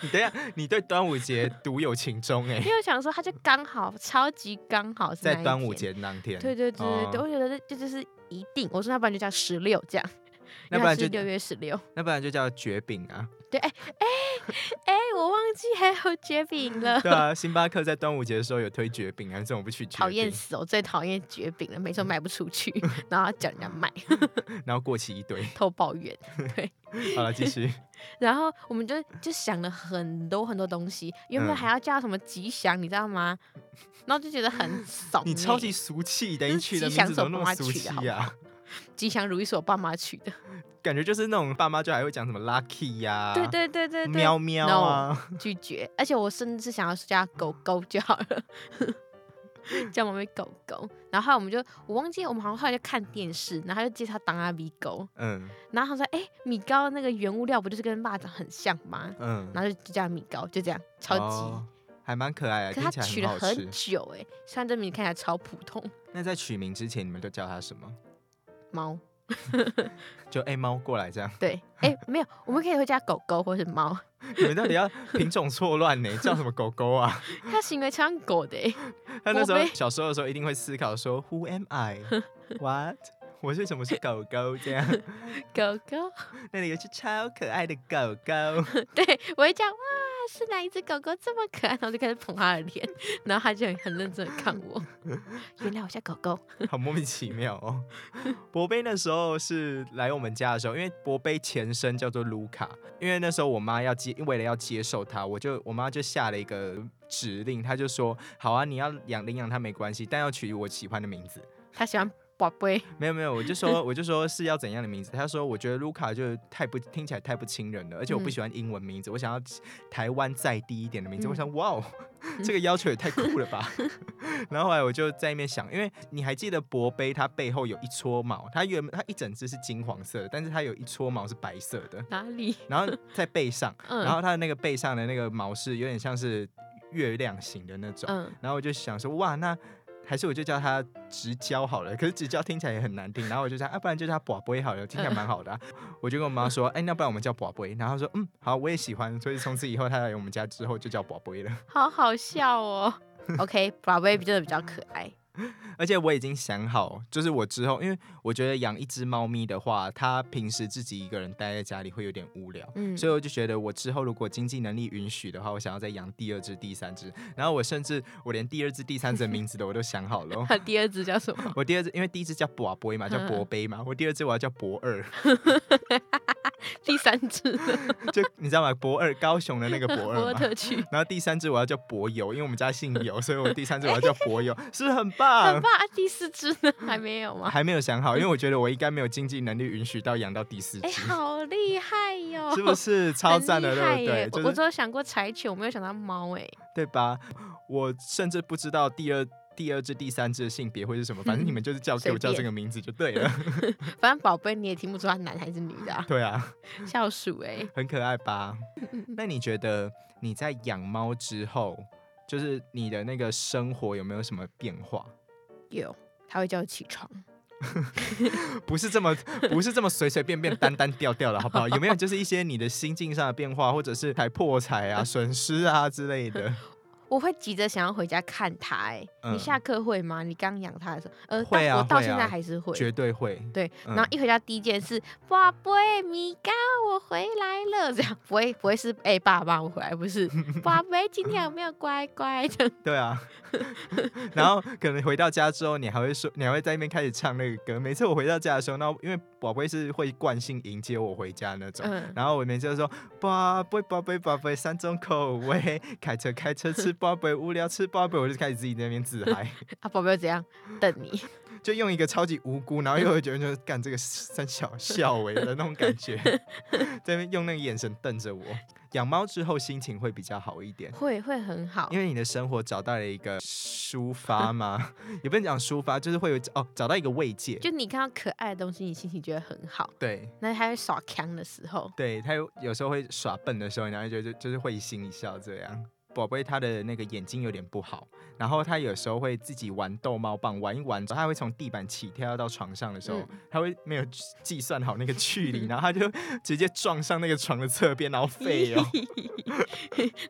[SPEAKER 1] 你等一下，你对端午节独有情钟”哎
[SPEAKER 2] 因，为我想说，他就刚好，超级刚好是那
[SPEAKER 1] 在
[SPEAKER 2] 一
[SPEAKER 1] 端午
[SPEAKER 2] 天。
[SPEAKER 1] 节那天，
[SPEAKER 2] 对对对对对，
[SPEAKER 1] 哦
[SPEAKER 2] 我觉得这这就是一定。我说：“那不然就叫十六这样。”
[SPEAKER 1] 那
[SPEAKER 2] 因
[SPEAKER 1] 不
[SPEAKER 2] 为
[SPEAKER 1] 然
[SPEAKER 2] 它是
[SPEAKER 1] 就
[SPEAKER 2] 六月十六。
[SPEAKER 1] 那不然就叫绝饼啊。
[SPEAKER 2] 哎，我忘记还有绝饼了，
[SPEAKER 1] 对啊，星巴克在端午节的时候有推绝饼啊，你怎么不去绝饼？
[SPEAKER 2] 讨厌死我！最讨厌绝饼了，每
[SPEAKER 1] 嗯
[SPEAKER 2] 次都卖不出 去，然后要叫人家卖，
[SPEAKER 1] 然后过期一 堆。
[SPEAKER 2] 偷抱怨。
[SPEAKER 1] 好了，继续。
[SPEAKER 2] 然后我们就就想了很多很多东西，原本
[SPEAKER 1] 嗯
[SPEAKER 2] 还要叫什么吉祥，你知道吗？然后就觉得 很怂欸。
[SPEAKER 1] 你超级俗气的，
[SPEAKER 2] 这
[SPEAKER 1] 你
[SPEAKER 2] 是
[SPEAKER 1] 取的名
[SPEAKER 2] 吉祥
[SPEAKER 1] 字
[SPEAKER 2] 手
[SPEAKER 1] 怎么那么
[SPEAKER 2] 帮他
[SPEAKER 1] 俗
[SPEAKER 2] 取的
[SPEAKER 1] 气
[SPEAKER 2] 好不
[SPEAKER 1] 啊？
[SPEAKER 2] 吉祥如意是我爸妈取的。
[SPEAKER 1] 感觉就是那种爸妈就还会讲什么 lucky 呀、
[SPEAKER 2] 对对对对对。
[SPEAKER 1] 啊喵喵啊。
[SPEAKER 2] 拒绝，而且我甚至想要叫它狗狗就好了， 叫妈咪狗狗。然后后来我们就，我忘记我们好像后来就看电视，然后他就介绍当阿米狗，
[SPEAKER 1] 嗯
[SPEAKER 2] 然后他说：“哎、米糕那个原物料不就是跟蚂蚱很像吗？”
[SPEAKER 1] 嗯，
[SPEAKER 2] 然后就就叫它米糕，就这样，超级。
[SPEAKER 1] 哦还蛮可爱的，啊
[SPEAKER 2] 可是
[SPEAKER 1] 听
[SPEAKER 2] 它
[SPEAKER 1] 起来
[SPEAKER 2] 取
[SPEAKER 1] 很
[SPEAKER 2] 了
[SPEAKER 1] 好
[SPEAKER 2] 很
[SPEAKER 1] 吃。
[SPEAKER 2] 久哎、虽然这名字看起来超普通，
[SPEAKER 1] 那在取名之前，你们都叫它什么？
[SPEAKER 2] 猫
[SPEAKER 1] 就哎猫、过来这样，
[SPEAKER 2] 对，哎、没有，我们可以会叫它狗狗或是猫，
[SPEAKER 1] 你们到底要品种错乱呢？叫什么狗狗啊？
[SPEAKER 2] 它行为超像狗的、欸，
[SPEAKER 1] 他那时候
[SPEAKER 2] 宝贝
[SPEAKER 1] 小时候的时候一定会思考说 Who am I? What? 我是什么是狗狗这样？
[SPEAKER 2] 狗狗。
[SPEAKER 1] 那里有一只超可爱的狗狗，
[SPEAKER 2] 对我会讲哇，是哪一只狗狗这么可爱？然后我就开始捧它的脸，然后它就很很认真的看 我。原来我叫狗狗，
[SPEAKER 1] 好莫名其妙哦。博贝那时候是来我们家的时候，因为博贝前身叫做卢卡，因为那时候我妈要接，为了要接受它，我就我妈就下了一个指令，她就说：好啊，你要养领养它没关系，但要取我喜欢的名字。
[SPEAKER 2] 它喜欢宝贝，
[SPEAKER 1] 没有没有，我就说我就说是要怎样的名字？他说我觉得卢卡就太不听起来太不亲人了，而且我不
[SPEAKER 2] 嗯
[SPEAKER 1] 喜欢英文名字，我想要台湾在地一点的名字。我
[SPEAKER 2] 嗯
[SPEAKER 1] 想哇 哦，这个要求也太酷了吧！ 然后后来我就在那边想，因为你还记得博杯它背后有一撮毛，它原本它一整只是金黄色的，但是它有一撮毛是白色的，
[SPEAKER 2] 哪里？
[SPEAKER 1] 然后在背上，
[SPEAKER 2] 嗯，
[SPEAKER 1] 然后它的那个背上的那个毛是有点像是月亮形的那种。
[SPEAKER 2] 嗯，
[SPEAKER 1] 然后我就想说，哇，那还是我就叫他直交好了。可是直交听起来也很难听，然后我就想，啊，不然就叫他宝贝好了，听起来蛮好的啊、我就跟我妈说，哎，那不然我们叫宝贝。然后她说，嗯，好，我也喜欢。所以从此以后，他来我们家之后就叫宝贝了。
[SPEAKER 2] 好好笑哦。OK，宝贝真的比较可爱。
[SPEAKER 1] 而且我已经想好，就是我之后，因为我觉得养一只猫咪的话，它平时自己一个人待在家里会有点无聊。
[SPEAKER 2] 嗯，
[SPEAKER 1] 所以我就觉得，我之后如果经济能力允许的话，我想要再养第二只、第三只。然后我甚至我连第二只、第三只的名字的我都想好了哦。
[SPEAKER 2] 它第二只叫 什么？
[SPEAKER 1] 我第二只，因为第一只叫博杯嘛，叫
[SPEAKER 2] 嗯
[SPEAKER 1] 博杯嘛。我第二只我要叫博二，
[SPEAKER 2] 第三只
[SPEAKER 1] 就你知道吗？博二，高雄的那个 博
[SPEAKER 2] 波
[SPEAKER 1] 二嘛。
[SPEAKER 2] 特区。
[SPEAKER 1] 然后第三只我要叫博友，因为我们家姓友，所以我第三只我要叫博友，是不是很棒。
[SPEAKER 2] 很棒啊！第四只呢？还没有吗？
[SPEAKER 1] 还没有想好，因为我觉得我应该没有经济能力允许到养到第四
[SPEAKER 2] 哎、
[SPEAKER 1] 只，
[SPEAKER 2] 好厉害哟、
[SPEAKER 1] 是不是超赞的，
[SPEAKER 2] 很厉害
[SPEAKER 1] 对不对？
[SPEAKER 2] 耶我
[SPEAKER 1] 就
[SPEAKER 2] 我
[SPEAKER 1] 是
[SPEAKER 2] 只有想过柴犬，我没有想到猫哎、
[SPEAKER 1] 对吧？我甚至不知道第二。第二只、第三只的性别会是什么？反正你们就是叫给
[SPEAKER 2] 嗯随
[SPEAKER 1] 我叫这
[SPEAKER 2] 便
[SPEAKER 1] 个名字就对了。
[SPEAKER 2] 反正宝贝你也听不出它男还是女的、啊，
[SPEAKER 1] 对啊，
[SPEAKER 2] 笑鼠哎、
[SPEAKER 1] 很可爱吧？那你觉得你在养猫之后，就是你的那个生活有没有什么变化？
[SPEAKER 2] 有，它会叫我起床。
[SPEAKER 1] 不是这么不是这么随随便便单单调调的好不好？有没有就是一些你的心境上的变化，或者是财破财啊、损失啊之类的？
[SPEAKER 2] 我会急着想要回家看它哎、
[SPEAKER 1] 嗯
[SPEAKER 2] 你下课会吗？你刚养它的时候，呃，
[SPEAKER 1] 会啊
[SPEAKER 2] 到我到
[SPEAKER 1] 会啊
[SPEAKER 2] 现在还是会。
[SPEAKER 1] 绝对会。
[SPEAKER 2] 对，
[SPEAKER 1] 嗯
[SPEAKER 2] 然后一回家第一件事，宝贝米高，我回来了，这样不会不会是哎、爸爸我回来 不是，宝贝今天有没有乖乖这样？
[SPEAKER 1] 对啊，然后可能回到家之后，你还会说，你还会在那边开始唱那个歌。每次我回到家的时候，那因为宝贝是会惯性迎接我回家那种，
[SPEAKER 2] 嗯，
[SPEAKER 1] 然后我每次就说宝贝宝贝宝贝三种口味，开车开车吃宝贝，无聊吃宝贝，我就开始自己在那边自嗨，
[SPEAKER 2] 啊宝贝怎样等你？
[SPEAKER 1] 就用一个超级无辜，然后又会觉得就是干这个三小笑尾的那种感觉，在那边用那个眼神瞪着我。养猫之后心情会比较好一点。
[SPEAKER 2] 会会很好，
[SPEAKER 1] 因为你的生活找到了一个抒发嘛， 也不能讲抒发，就是会有哦，找到一个慰藉。
[SPEAKER 2] 就你看到可爱的东西，你心情觉得很好。
[SPEAKER 1] 对
[SPEAKER 2] 那他会耍强的时候，
[SPEAKER 1] 对，他有有时候会耍笨的时候，然后就就就是会心一笑这样。宝贝他的那个眼睛有点不好，然后他有时候会自己玩逗猫棒，玩一玩之后，他会从地板起跳到床上的时候，
[SPEAKER 2] 嗯
[SPEAKER 1] 他会没 有计算好那个距离，然后他 就直接撞上那个床的侧边，然后废哦。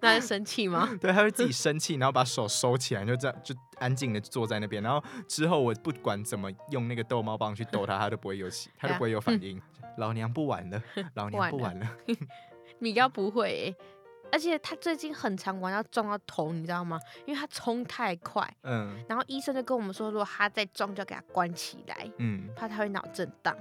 [SPEAKER 2] 那就生气吗？
[SPEAKER 1] 对，他会自己生气，然后把手收起来，就这样就安静的坐在那边。然后之后我不管怎么用那个逗猫棒去逗它，它都不会有起，它都不会有反应。老娘不玩了，老娘啊嗯 不玩了。
[SPEAKER 2] 米高不会欸、而且他最近很常玩到撞到头，你知道吗？因为他冲太快，
[SPEAKER 1] 嗯
[SPEAKER 2] 然后医生就跟我们说，如果他再撞，就要给他关起来，
[SPEAKER 1] 嗯，
[SPEAKER 2] 怕他会脑震荡。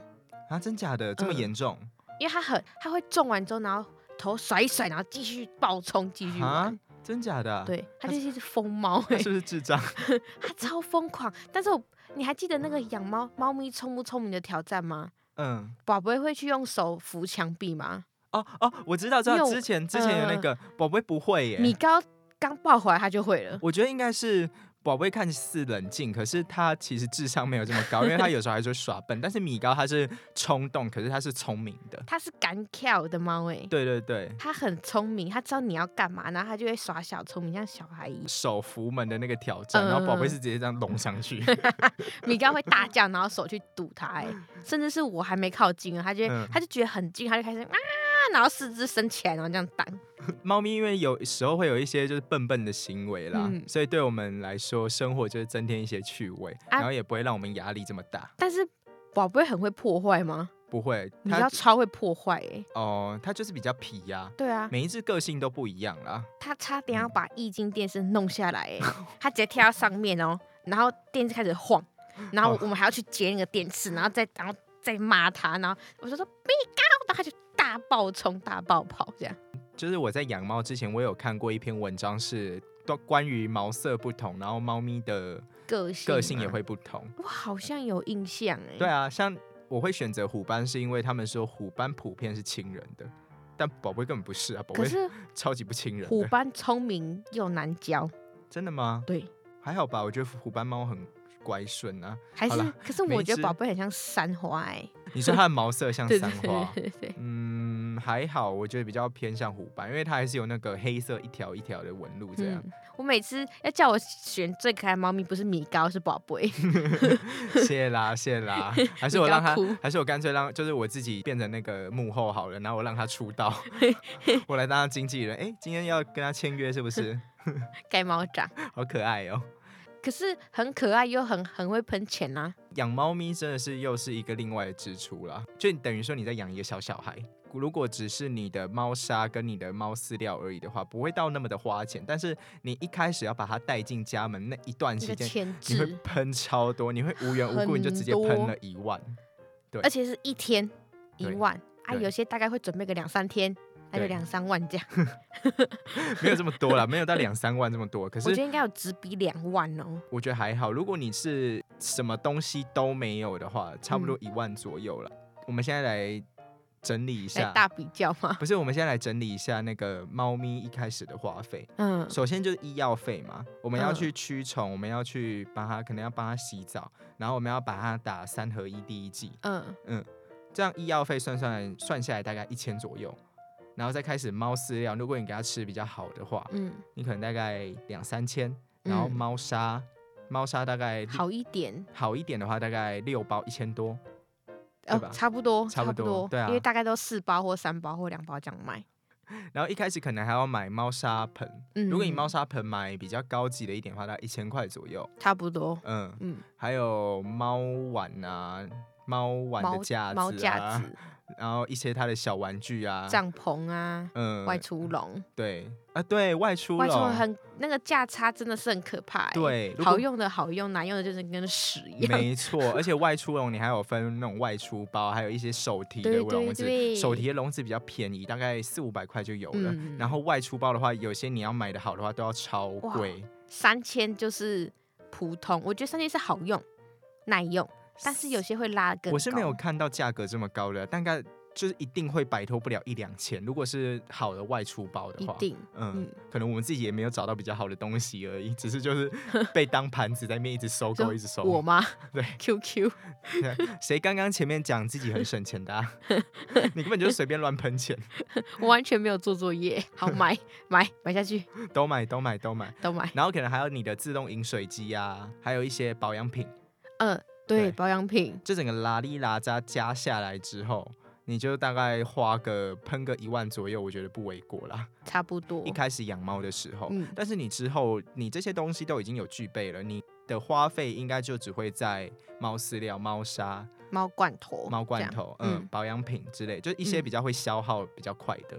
[SPEAKER 1] 啊，真假的这么
[SPEAKER 2] 嗯
[SPEAKER 1] 严重？
[SPEAKER 2] 因为他很他会撞完之后，然后头甩一甩，然后继续暴冲，继续
[SPEAKER 1] 啊
[SPEAKER 2] 玩。，
[SPEAKER 1] 真假的？，
[SPEAKER 2] 对，他就是一只疯猫、
[SPEAKER 1] 啊他
[SPEAKER 2] 欸，
[SPEAKER 1] 是不是智障？
[SPEAKER 2] 他啊超疯狂。但是我，你还记得那个养猫猫咪聪不聪明的挑战吗？
[SPEAKER 1] 嗯。
[SPEAKER 2] 宝贝会去用手扶墙壁吗？
[SPEAKER 1] 哦哦，我知道，知
[SPEAKER 2] 你
[SPEAKER 1] 道，
[SPEAKER 2] 有
[SPEAKER 1] 之前之前有那
[SPEAKER 2] 嗯
[SPEAKER 1] 个宝贝不会
[SPEAKER 2] 米
[SPEAKER 1] 耶，
[SPEAKER 2] 高刚抱回来他就会了，
[SPEAKER 1] 我觉得应该是宝贝看似冷静，可是他其实智商没有这么高，因为他有时候还是会耍笨。但是米高他是冲动，可是他是聪明的。
[SPEAKER 2] 它是敢跳的猫诶、
[SPEAKER 1] 对对对，
[SPEAKER 2] 它很聪明，它知道你要干嘛，然后它就会耍小聪明，像小孩一样。
[SPEAKER 1] 手扶门的那个挑战，然后宝贝
[SPEAKER 2] 嗯
[SPEAKER 1] 是直接这样拢上去，
[SPEAKER 2] 米高会大叫，然后手去堵它诶、甚至是我还没靠近啊，它就
[SPEAKER 1] 嗯
[SPEAKER 2] 会它就觉得很近，它就开始啊，然后四肢伸起来，然后这样挡。
[SPEAKER 1] 猫咪因为有时候会有一些就是笨笨的行为啦，
[SPEAKER 2] 嗯
[SPEAKER 1] 所以对我们来说，生活就是增添一些趣味，
[SPEAKER 2] 啊
[SPEAKER 1] 然后也不会让我们压力这么大。
[SPEAKER 2] 但是宝贝很会破坏吗？
[SPEAKER 1] 不会，
[SPEAKER 2] 米
[SPEAKER 1] 它
[SPEAKER 2] 高超会破坏欸诶、
[SPEAKER 1] 哦，它就是比较皮呀、
[SPEAKER 2] 对啊，
[SPEAKER 1] 每一只个性都不一样啦。
[SPEAKER 2] 它差点要
[SPEAKER 1] 嗯
[SPEAKER 2] 把液晶电视弄下来诶、 它直接跳到上面哦，然后电视开始晃，然后
[SPEAKER 1] 哦
[SPEAKER 2] 我们还要去接那个电视，然后再然后再骂它，然后我就说米高，然后它就大爆冲、大爆跑这样。
[SPEAKER 1] 就是我在养猫之前，我有看过一篇文章是。都关于毛色不同，然后猫咪的
[SPEAKER 2] 个性
[SPEAKER 1] 个性也
[SPEAKER 2] 吗，
[SPEAKER 1] 会不同。
[SPEAKER 2] 我好像有印象哎、
[SPEAKER 1] 对啊，像我会选择虎斑，是因为他们说虎斑普遍是亲人的，但宝贝根本不是啊，宝
[SPEAKER 2] 可
[SPEAKER 1] 贝
[SPEAKER 2] 是
[SPEAKER 1] 超级不亲人
[SPEAKER 2] 虎
[SPEAKER 1] 的。
[SPEAKER 2] 斑聪明又难教，
[SPEAKER 1] 真的吗？
[SPEAKER 2] 对，
[SPEAKER 1] 还好吧，我觉得虎斑猫很乖顺啊。
[SPEAKER 2] 还
[SPEAKER 1] 好
[SPEAKER 2] 是
[SPEAKER 1] 啦
[SPEAKER 2] 可是
[SPEAKER 1] 每
[SPEAKER 2] 我
[SPEAKER 1] 一
[SPEAKER 2] 觉
[SPEAKER 1] 只
[SPEAKER 2] 得宝贝很像山花哎、
[SPEAKER 1] 你说它的毛色像
[SPEAKER 2] 对
[SPEAKER 1] 三
[SPEAKER 2] 对
[SPEAKER 1] 花？
[SPEAKER 2] 对对对，
[SPEAKER 1] 嗯，还好，我觉得比较偏向虎斑，因为它还是有那个黑色一条一条的纹路这样。
[SPEAKER 2] 嗯，我每次要叫我选最可爱的猫咪，不是米高，是宝贝。
[SPEAKER 1] 谢啦，谢啦，还是我
[SPEAKER 2] 你不要
[SPEAKER 1] 让它
[SPEAKER 2] 哭，
[SPEAKER 1] 还是我干脆让，就是我自己变成那个幕后好了，然后我让它出道， 我来当他经纪人。哎、今天要跟他签约是不是？
[SPEAKER 2] 盖猫掌，
[SPEAKER 1] 好可爱哦、
[SPEAKER 2] 可是很可爱又很很会喷钱啊。
[SPEAKER 1] 养猫咪真的是又是一个另外的支出啦，就等于说你在养一个小小孩。如果只是你的猫砂跟你的猫饲料而已的话，不会到那么的花钱。但是你一开始要把它带进家门那一段
[SPEAKER 2] 那
[SPEAKER 1] 时
[SPEAKER 2] 个
[SPEAKER 1] 间，
[SPEAKER 2] 牵
[SPEAKER 1] 你会
[SPEAKER 2] 制，
[SPEAKER 1] 喷超多，你会无缘无故你就直接
[SPEAKER 2] 很多
[SPEAKER 1] 喷了一万。
[SPEAKER 2] 而且是一天一
[SPEAKER 1] 对
[SPEAKER 2] 万啊，
[SPEAKER 1] 对
[SPEAKER 2] 有些大概会准备个两三天，那就
[SPEAKER 1] 对
[SPEAKER 2] 两三万这样。
[SPEAKER 1] 没有这么多啦，没有到两三万这么多。可
[SPEAKER 2] 我觉
[SPEAKER 1] 是
[SPEAKER 2] 得应该有直逼两万哦。
[SPEAKER 1] 我觉得还好，如果你是什么东西都没有的话，差不多
[SPEAKER 2] 嗯
[SPEAKER 1] 一万左右了。我们现在来整理一
[SPEAKER 2] 来
[SPEAKER 1] 下，
[SPEAKER 2] 大比较嘛，
[SPEAKER 1] 不是，我们现在来整理一下那个猫咪一开始的花费。
[SPEAKER 2] 嗯，
[SPEAKER 1] 首先就是医药费嘛，我们要
[SPEAKER 2] 嗯
[SPEAKER 1] 去驱虫，我们要去帮它，可能要帮它洗澡，然后我们要把它打三合一第一剂，
[SPEAKER 2] 嗯，
[SPEAKER 1] 这样医药费算算算下来大概一千左右，然后再开始猫饲料，如果你给它吃比较好的话，
[SPEAKER 2] 嗯，
[SPEAKER 1] 你可能大概两三千，然后
[SPEAKER 2] 嗯
[SPEAKER 1] 猫砂，猫砂大概
[SPEAKER 2] 好一点，
[SPEAKER 1] 好一点的话大概六包一千多，对
[SPEAKER 2] 哦
[SPEAKER 1] 吧，
[SPEAKER 2] 差不多，
[SPEAKER 1] 差不
[SPEAKER 2] 不
[SPEAKER 1] 多对啊
[SPEAKER 2] 因为大概都四包或三包或两包这样卖。
[SPEAKER 1] 然后一开始可能还要买猫砂盆，
[SPEAKER 2] 嗯，
[SPEAKER 1] 如果你猫砂盆买比较高级的一点的话，大概一千块左右，
[SPEAKER 2] 差不多，
[SPEAKER 1] 嗯，
[SPEAKER 2] 嗯，
[SPEAKER 1] 还有猫碗啊。猫碗的
[SPEAKER 2] 毛
[SPEAKER 1] 架
[SPEAKER 2] 毛
[SPEAKER 1] 子
[SPEAKER 2] 架
[SPEAKER 1] 啊，
[SPEAKER 2] 子、
[SPEAKER 1] 然后一些它的小玩具啊，
[SPEAKER 2] 帐篷啊、
[SPEAKER 1] 嗯，
[SPEAKER 2] 外出笼，
[SPEAKER 1] 对啊，对外出
[SPEAKER 2] 外出笼
[SPEAKER 1] 笼
[SPEAKER 2] 很那个价差真的是很可怕欸。
[SPEAKER 1] 对，如果
[SPEAKER 2] 好用的好用，难用的就是跟屎一样。
[SPEAKER 1] 没错，而且外出哦笼你还有分那种外出包，还有一些手提的
[SPEAKER 2] 对
[SPEAKER 1] 笼子，
[SPEAKER 2] 对对
[SPEAKER 1] 手提的笼子比较便宜，大概四五百块就有了。
[SPEAKER 2] 嗯
[SPEAKER 1] 然后外出包的话，有些你要买的好的话都要超
[SPEAKER 2] 哇
[SPEAKER 1] 贵，
[SPEAKER 2] 三千就是普通，我觉得三千是好用、耐用，但是有些会拉更高。
[SPEAKER 1] 我是没有看到价格这么高的，大概就是一定会摆脱不了一两千。如果是好的外出包的
[SPEAKER 2] 一
[SPEAKER 1] 话，
[SPEAKER 2] 定，
[SPEAKER 1] 嗯
[SPEAKER 2] 嗯，
[SPEAKER 1] 可能我们自己也没有找到比较好的东西而已，只是就是被当盘子在面一直收购，
[SPEAKER 2] 就
[SPEAKER 1] 一直收
[SPEAKER 2] 我
[SPEAKER 1] 购。
[SPEAKER 2] 吗？
[SPEAKER 1] 对
[SPEAKER 2] ，QQ
[SPEAKER 1] 谁刚刚前面讲自己很省钱的、啊， 你根本就是随便乱喷钱，
[SPEAKER 2] 我完全没有做作业， 好买买买下去
[SPEAKER 1] 都买都买都买。
[SPEAKER 2] 都买。
[SPEAKER 1] 然后可能还有你的自动饮水机啊，还有一些保养品，
[SPEAKER 2] 嗯，对，
[SPEAKER 1] 对
[SPEAKER 2] 保养品
[SPEAKER 1] 这整个拉里拉扎加下来之后，你就大概花个喷个一万左右，我觉得不为过啦。
[SPEAKER 2] 差不多
[SPEAKER 1] 一。开始养猫的时候，
[SPEAKER 2] 哦嗯
[SPEAKER 1] 但是你之后你这些东西都已经有具备了，你的花费应该就只会在猫饲料、猫砂、
[SPEAKER 2] 猫罐头，
[SPEAKER 1] 猫
[SPEAKER 2] 这
[SPEAKER 1] 罐
[SPEAKER 2] 样，
[SPEAKER 1] 头、
[SPEAKER 2] 嗯
[SPEAKER 1] 嗯，保养品之类，就一些
[SPEAKER 2] 嗯
[SPEAKER 1] 比较会消耗比较快的。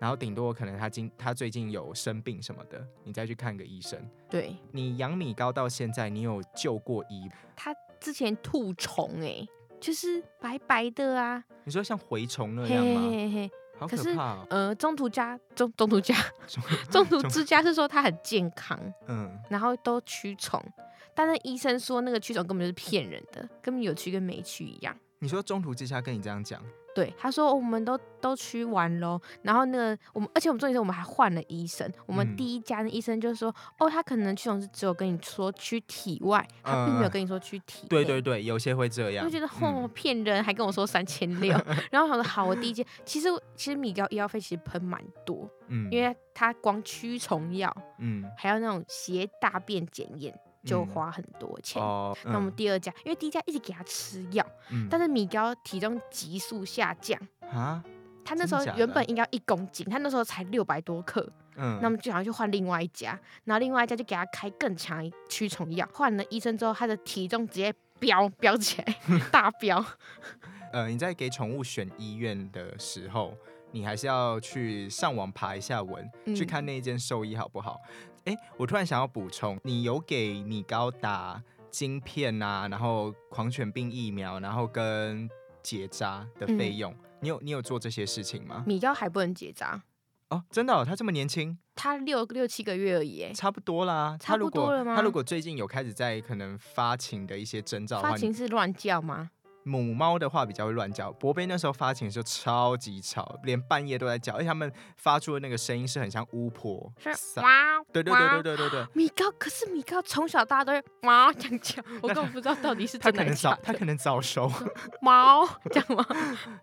[SPEAKER 1] 然后顶多可能它今它最近有生病什么的，你再去看个医生。
[SPEAKER 2] 对，
[SPEAKER 1] 你养米高到现在，你有救过医吗
[SPEAKER 2] 它之前吐虫哎、就是白白的啊，
[SPEAKER 1] 你说像蛔虫那
[SPEAKER 2] 嘿
[SPEAKER 1] 样
[SPEAKER 2] 嘿
[SPEAKER 1] 吗？
[SPEAKER 2] 嘿嘿，
[SPEAKER 1] 好
[SPEAKER 2] 可
[SPEAKER 1] 可
[SPEAKER 2] 是
[SPEAKER 1] 怕、哦。
[SPEAKER 2] 呃，中途家中中 途家
[SPEAKER 1] 中
[SPEAKER 2] 中途
[SPEAKER 1] 中
[SPEAKER 2] 之家是说它很健康，
[SPEAKER 1] 嗯，
[SPEAKER 2] 然后都驱虫，但是医生说那个驱虫根本就是骗人的，根本有驱跟没驱一样。
[SPEAKER 1] 你说中途之家跟你这样讲，
[SPEAKER 2] 对，他说、哦我们都都驱完喽，然后那个我们，而且我们重点是我们还换了医生。我
[SPEAKER 1] 嗯
[SPEAKER 2] 们第一家的医生就说，哦，他可能驱虫是只有跟你说驱体外，他并没有
[SPEAKER 1] 嗯
[SPEAKER 2] 跟你说驱体内。
[SPEAKER 1] 对对对，有些会这
[SPEAKER 2] 我
[SPEAKER 1] 样。
[SPEAKER 2] 就觉得
[SPEAKER 1] 嗯
[SPEAKER 2] 哦，骗人，还跟我说三千 六，然后我想说好，我第一件，其实其实米高医药费其实喷蛮多，
[SPEAKER 1] 嗯
[SPEAKER 2] 因为它光驱虫药，
[SPEAKER 1] 嗯
[SPEAKER 2] 还有那种鞋大便检验就
[SPEAKER 1] 嗯
[SPEAKER 2] 花很多钱。
[SPEAKER 1] 哦，
[SPEAKER 2] 那我们
[SPEAKER 1] 嗯
[SPEAKER 2] 第二家，因为第一家一直给他吃药，
[SPEAKER 1] 嗯
[SPEAKER 2] 但是米高体重急速下降，
[SPEAKER 1] 啊，
[SPEAKER 2] 他那时
[SPEAKER 1] 真
[SPEAKER 2] 候
[SPEAKER 1] 假的
[SPEAKER 2] 原本应该一公斤，他那时候才六百多克，
[SPEAKER 1] 嗯，
[SPEAKER 2] 那我们就想要去换另外一家，然后另外一家就给他开更强一驱虫药，换了医生之后，他的体重直接飙飙 起来，大飙。
[SPEAKER 1] 呃，你在给宠物选医院的时候，你还是要去上网爬一下文，去
[SPEAKER 2] 嗯
[SPEAKER 1] 看那一间兽医好不好？哎、我突然想要补充，你有给米高打晶片啊，然后狂犬病疫苗，然后跟结扎的费
[SPEAKER 2] 嗯
[SPEAKER 1] 用，你有你有做这些事情吗？
[SPEAKER 2] 米高还不能结扎，
[SPEAKER 1] 哦，真的、哦，他这么年轻，
[SPEAKER 2] 他六六七个月而已耶，
[SPEAKER 1] 差不多啦。他
[SPEAKER 2] 差
[SPEAKER 1] 如
[SPEAKER 2] 不多
[SPEAKER 1] 果
[SPEAKER 2] 了
[SPEAKER 1] 他
[SPEAKER 2] 吗
[SPEAKER 1] 如果最近有开始在可能发情的一些征兆的
[SPEAKER 2] 发
[SPEAKER 1] 话，你
[SPEAKER 2] 情是乱叫吗？
[SPEAKER 1] 母猫的话比较会乱叫。博贝那时候发情的时候超级吵，连半夜都在叫，而且它们发出的那个声音是很像巫婆
[SPEAKER 2] 是
[SPEAKER 1] 撒。
[SPEAKER 2] 哇，
[SPEAKER 1] 对对对对
[SPEAKER 2] 哇。
[SPEAKER 1] 对对对，
[SPEAKER 2] 米高，可是米高从小大家都会猫这样叫，我
[SPEAKER 1] 那
[SPEAKER 2] 根本不知道到底是
[SPEAKER 1] 它
[SPEAKER 2] 真
[SPEAKER 1] 可
[SPEAKER 2] 的还
[SPEAKER 1] 能
[SPEAKER 2] 是假
[SPEAKER 1] 早它
[SPEAKER 2] 的。嗯
[SPEAKER 1] 可能早 熟。
[SPEAKER 2] 猫这样吗？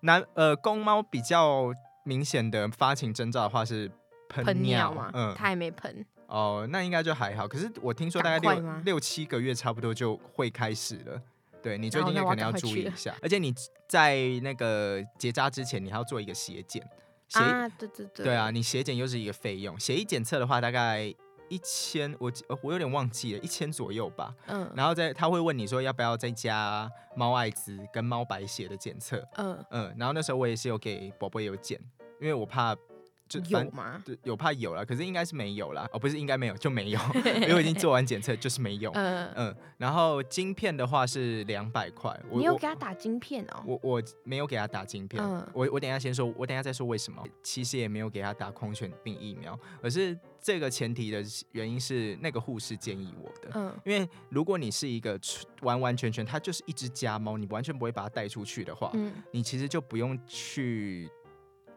[SPEAKER 1] 男呃公猫比较明显的发情征兆的话是喷
[SPEAKER 2] 喷
[SPEAKER 1] 尿
[SPEAKER 2] 尿吗？
[SPEAKER 1] 嗯
[SPEAKER 2] 他还没喷，
[SPEAKER 1] 哦，那应该就还好。可是我听说大概
[SPEAKER 2] 赶快
[SPEAKER 1] 六
[SPEAKER 2] 吗
[SPEAKER 1] 六七个月差不多就会开始了。对你最
[SPEAKER 2] 哦
[SPEAKER 1] 近
[SPEAKER 2] 那
[SPEAKER 1] 就
[SPEAKER 2] 我
[SPEAKER 1] 可能
[SPEAKER 2] 要
[SPEAKER 1] 要
[SPEAKER 2] 赶快
[SPEAKER 1] 注
[SPEAKER 2] 去
[SPEAKER 1] 意一
[SPEAKER 2] 了
[SPEAKER 1] 下，而且你在那个结扎之前，你还要做一个血检。血、
[SPEAKER 2] 啊，对对对，
[SPEAKER 1] 对，啊，你血检又是一个费用，血液检测的话大概一千，我记呃我有点忘记了，一千左右吧。
[SPEAKER 2] 嗯
[SPEAKER 1] 然后再他会问你说要不要再加猫艾滋跟猫白血的检测，
[SPEAKER 2] 嗯，
[SPEAKER 1] 嗯，然后那时候我也是有给宝宝有检，因为我怕就反
[SPEAKER 2] 有吗？
[SPEAKER 1] 对有怕有了，可是应该是没有啦，哦，不是应该没有就 没有，因为我已经做完检测就是没有。
[SPEAKER 2] 呃，
[SPEAKER 1] 嗯，然后晶片的话是两百块，我
[SPEAKER 2] 你有
[SPEAKER 1] 我
[SPEAKER 2] 给他打晶片哦？
[SPEAKER 1] 我我没有给他打晶片，
[SPEAKER 2] 嗯
[SPEAKER 1] 我我等一下先说，我等一下再说为什么。其实也没有给他打狂犬病疫苗，而是这个前提的原因是那个护士建议我的。
[SPEAKER 2] 嗯
[SPEAKER 1] 因为如果你是一个纯完完全全，它就是一只家猫，你完全不会把它带出去的话，
[SPEAKER 2] 嗯，
[SPEAKER 1] 你其实就不用去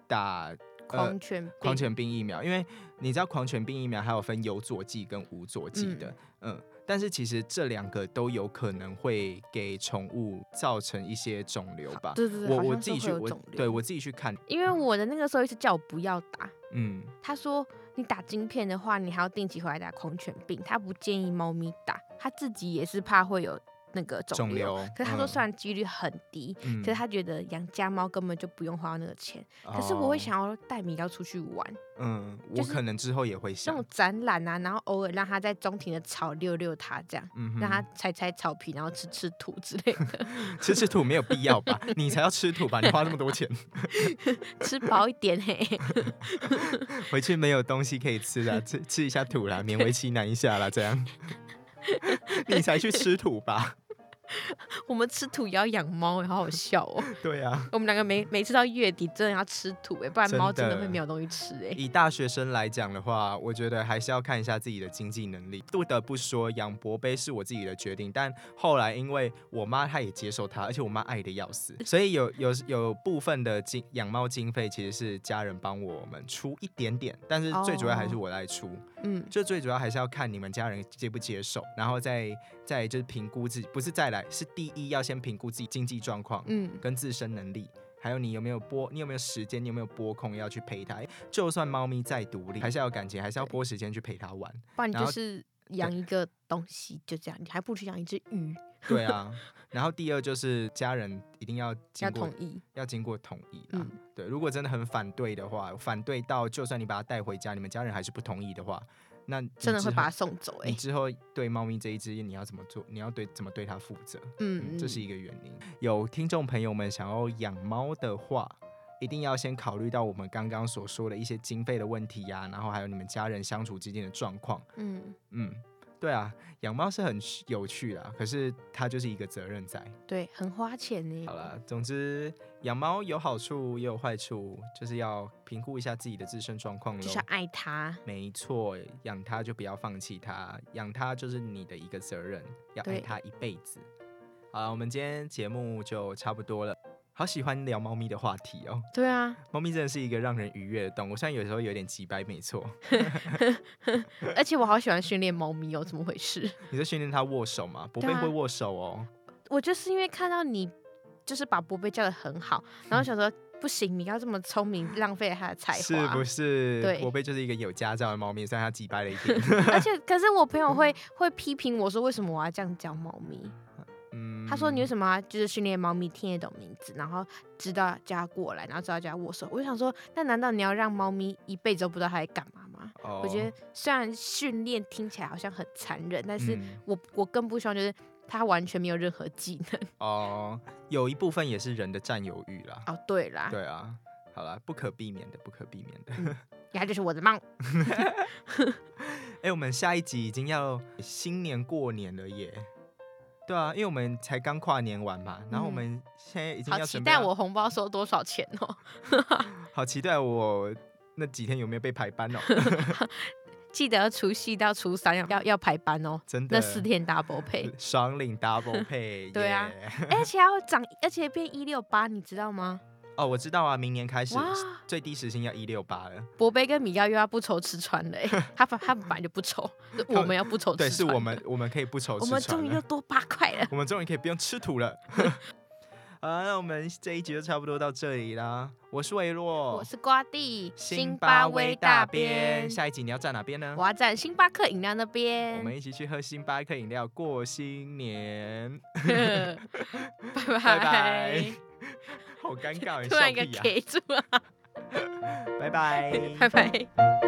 [SPEAKER 1] 打
[SPEAKER 2] 狂犬病
[SPEAKER 1] 呃狂犬病疫苗，因为你知道狂犬病疫苗还有分有佐剂跟无佐剂的，嗯但是其实这两个都有可能会给宠物造成一些肿瘤吧。
[SPEAKER 2] 啊对对对，
[SPEAKER 1] 我
[SPEAKER 2] 好
[SPEAKER 1] 我
[SPEAKER 2] 像
[SPEAKER 1] 自
[SPEAKER 2] 是
[SPEAKER 1] 己去
[SPEAKER 2] 会有
[SPEAKER 1] 我
[SPEAKER 2] 肿瘤
[SPEAKER 1] 对我自己去看，
[SPEAKER 2] 因为我的那个时候一直叫我不要打，
[SPEAKER 1] 嗯，
[SPEAKER 2] 他说你打晶片的话，你还要定期回来打狂犬病，他不建议猫咪打，他自己也是怕会有那个肿
[SPEAKER 1] 肿
[SPEAKER 2] 瘤。
[SPEAKER 1] 瘤。
[SPEAKER 2] 可是他说
[SPEAKER 1] 嗯
[SPEAKER 2] 虽然几率很低，
[SPEAKER 1] 嗯
[SPEAKER 2] 可是他觉得养家猫根本就不用花那个钱。可是我会，想要带米高出去玩，
[SPEAKER 1] 哦嗯，我
[SPEAKER 2] 就是
[SPEAKER 1] 可能之后也会
[SPEAKER 2] 那
[SPEAKER 1] 想
[SPEAKER 2] 种，展览啊，然后偶尔让它在中庭的草溜溜它，这样
[SPEAKER 1] 嗯哼，
[SPEAKER 2] 让它踩踩草皮，然后吃吃土之类的，
[SPEAKER 1] 吃吃土没有必要吧？你才要吃土吧？你花那么多钱，
[SPEAKER 2] 吃饱一点嘿。
[SPEAKER 1] 回去没有东西可以吃了，吃吃一下土啦，勉为其难一下啦，这样。 你才去吃土吧？
[SPEAKER 2] 我们吃土也要养猫，好好笑哦。
[SPEAKER 1] 对啊。
[SPEAKER 2] 我们两个每每次到月底真的要吃土哎，不然
[SPEAKER 1] 真
[SPEAKER 2] 猫真的
[SPEAKER 1] 的
[SPEAKER 2] 会没有东西吃哎。
[SPEAKER 1] 以大学生来讲的话，我觉得还是要看一下自己的经济能力。不得不说，养博杯是我自己的决定，但后来因为我妈她也接受它，而且我妈爱的要死，所以有有有部分的经养猫经费其实是家人帮我们出一点点，但是最主要还
[SPEAKER 2] 哦
[SPEAKER 1] 是我来出。
[SPEAKER 2] 嗯，
[SPEAKER 1] 就最主要还是要看你们家人接不接受，然后再再就是评估自己，不是再来，是第一要先评估自己经济状况，
[SPEAKER 2] 嗯，
[SPEAKER 1] 跟自身能力，还有你有没有拨，你有没有时间，你有没有拨空要去陪它。就算猫咪再独立，还是要有感情，还是要拨时间去陪它 玩。
[SPEAKER 2] 不然你
[SPEAKER 1] 然
[SPEAKER 2] 就
[SPEAKER 1] 后
[SPEAKER 2] 是养一个东西就这样，你还不如去养一只鱼，
[SPEAKER 1] 对啊。然后第二就是家人一定要经
[SPEAKER 2] 要
[SPEAKER 1] 过
[SPEAKER 2] 同意。
[SPEAKER 1] 要经过同意啦。
[SPEAKER 2] 嗯
[SPEAKER 1] 对，如果真的很反对的话，反对到就算你把它带回家，你们家人还是不同意的话，那你
[SPEAKER 2] 真的
[SPEAKER 1] 之
[SPEAKER 2] 会
[SPEAKER 1] 后
[SPEAKER 2] 把它送走哎、
[SPEAKER 1] 你之后对猫咪这一只你要怎么做？你要对怎么对它负责？
[SPEAKER 2] 嗯，
[SPEAKER 1] 这是一个原因。有听众朋友们想要养猫的话，一定要先考虑到我们刚刚所说的一些经费的问题呀、然后还有你们家人相处之间的状况。
[SPEAKER 2] 嗯，
[SPEAKER 1] 嗯，对啊，养猫是很有趣啦，可是它就是一个责任在。
[SPEAKER 2] 对，很花钱欸呢、
[SPEAKER 1] 好啦，总之养猫有好处也有坏处，就是要评估一下自己的自身状况喽
[SPEAKER 2] 就是。要爱它。
[SPEAKER 1] 没错，养它就不要放弃它，养它就是你的一个责任，要爱
[SPEAKER 2] 对
[SPEAKER 1] 它一辈子。好了，我们今天节目就差不多了。好喜欢聊猫咪的话题哦，
[SPEAKER 2] 对啊，
[SPEAKER 1] 猫咪真的是一个让人愉悦的动物，虽然有时候有点急掰，没 错。
[SPEAKER 2] 而且我好喜欢训练猫咪哦，怎么回事？
[SPEAKER 1] 你在训练它握手吗？博贝
[SPEAKER 2] 对啊
[SPEAKER 1] 会握手哦，
[SPEAKER 2] 我就是因为看到你，就是把波贝教的很好，
[SPEAKER 1] 嗯
[SPEAKER 2] 然后想说不行，你要这么聪明，浪费了他的才华。
[SPEAKER 1] 是不是？
[SPEAKER 2] 对
[SPEAKER 1] 博贝就是一个有家教的猫咪，虽然它急掰了一 点。
[SPEAKER 2] 而且，可是我朋 友会会批评我说，为什么我要这样教猫咪？
[SPEAKER 1] 嗯，
[SPEAKER 2] 他说你为什么要就是训练猫咪听得懂名字，然后知道叫它过来，然后知道叫它握手？我就想说，那难道你要让猫咪一辈子都不知道它在干嘛吗？
[SPEAKER 1] 哦，
[SPEAKER 2] 我觉得虽然训练听起来好像很残忍，但是
[SPEAKER 1] 嗯
[SPEAKER 2] 我我更不希望就是它完全没有任何技能。
[SPEAKER 1] 哦，有一部分也是人的占有欲啦。
[SPEAKER 2] 哦，对啦，
[SPEAKER 1] 对啊，好啦，不可避免的，不可避免的。
[SPEAKER 2] 它就是我的猫。
[SPEAKER 1] 哎、我们下一集已经要新年过年了耶！对啊，因为我们才刚跨年完嘛，然后我
[SPEAKER 2] 嗯
[SPEAKER 1] 们现在已经
[SPEAKER 2] 好
[SPEAKER 1] 要
[SPEAKER 2] 期
[SPEAKER 1] 准备
[SPEAKER 2] 待
[SPEAKER 1] 要
[SPEAKER 2] 我红包收多少钱哦！
[SPEAKER 1] 好期待我那几天有没有被排 班哦？
[SPEAKER 2] 记得除夕到初三要要要排班哦，
[SPEAKER 1] 真的，
[SPEAKER 2] 那四天 double 配，
[SPEAKER 1] 双领 double 配，
[SPEAKER 2] 对啊
[SPEAKER 1] 耶，
[SPEAKER 2] 而且要涨，而且变一六八，你知道吗？
[SPEAKER 1] 哦，我知道啊，明年开始
[SPEAKER 2] 哇，
[SPEAKER 1] 最低时薪要一六八了，
[SPEAKER 2] 博杯跟米高又要不愁吃穿 了、欸，他反他们本来就不愁，是我们要不愁吃
[SPEAKER 1] 对，
[SPEAKER 2] 穿。
[SPEAKER 1] 是我们，我们可以不愁
[SPEAKER 2] 我
[SPEAKER 1] 吃
[SPEAKER 2] 们终
[SPEAKER 1] 穿
[SPEAKER 2] 于又
[SPEAKER 1] 了，
[SPEAKER 2] 多八块了。
[SPEAKER 1] 我们终于可以不用吃土了。 好啊，那我们这一集就差不多到这里啦。我是维洛，
[SPEAKER 2] 我是瓜地，
[SPEAKER 1] 下一集你要站哪边呢？
[SPEAKER 2] 我要站星巴克饮料那
[SPEAKER 1] 我
[SPEAKER 2] 边。
[SPEAKER 1] 们一起去喝星巴克饮料过新年，
[SPEAKER 2] 拜
[SPEAKER 1] 拜拜。好尴尬，你
[SPEAKER 2] 突然一
[SPEAKER 1] 笑
[SPEAKER 2] 个
[SPEAKER 1] 屁啊
[SPEAKER 2] K 住啊，
[SPEAKER 1] 拜拜，
[SPEAKER 2] 拜拜。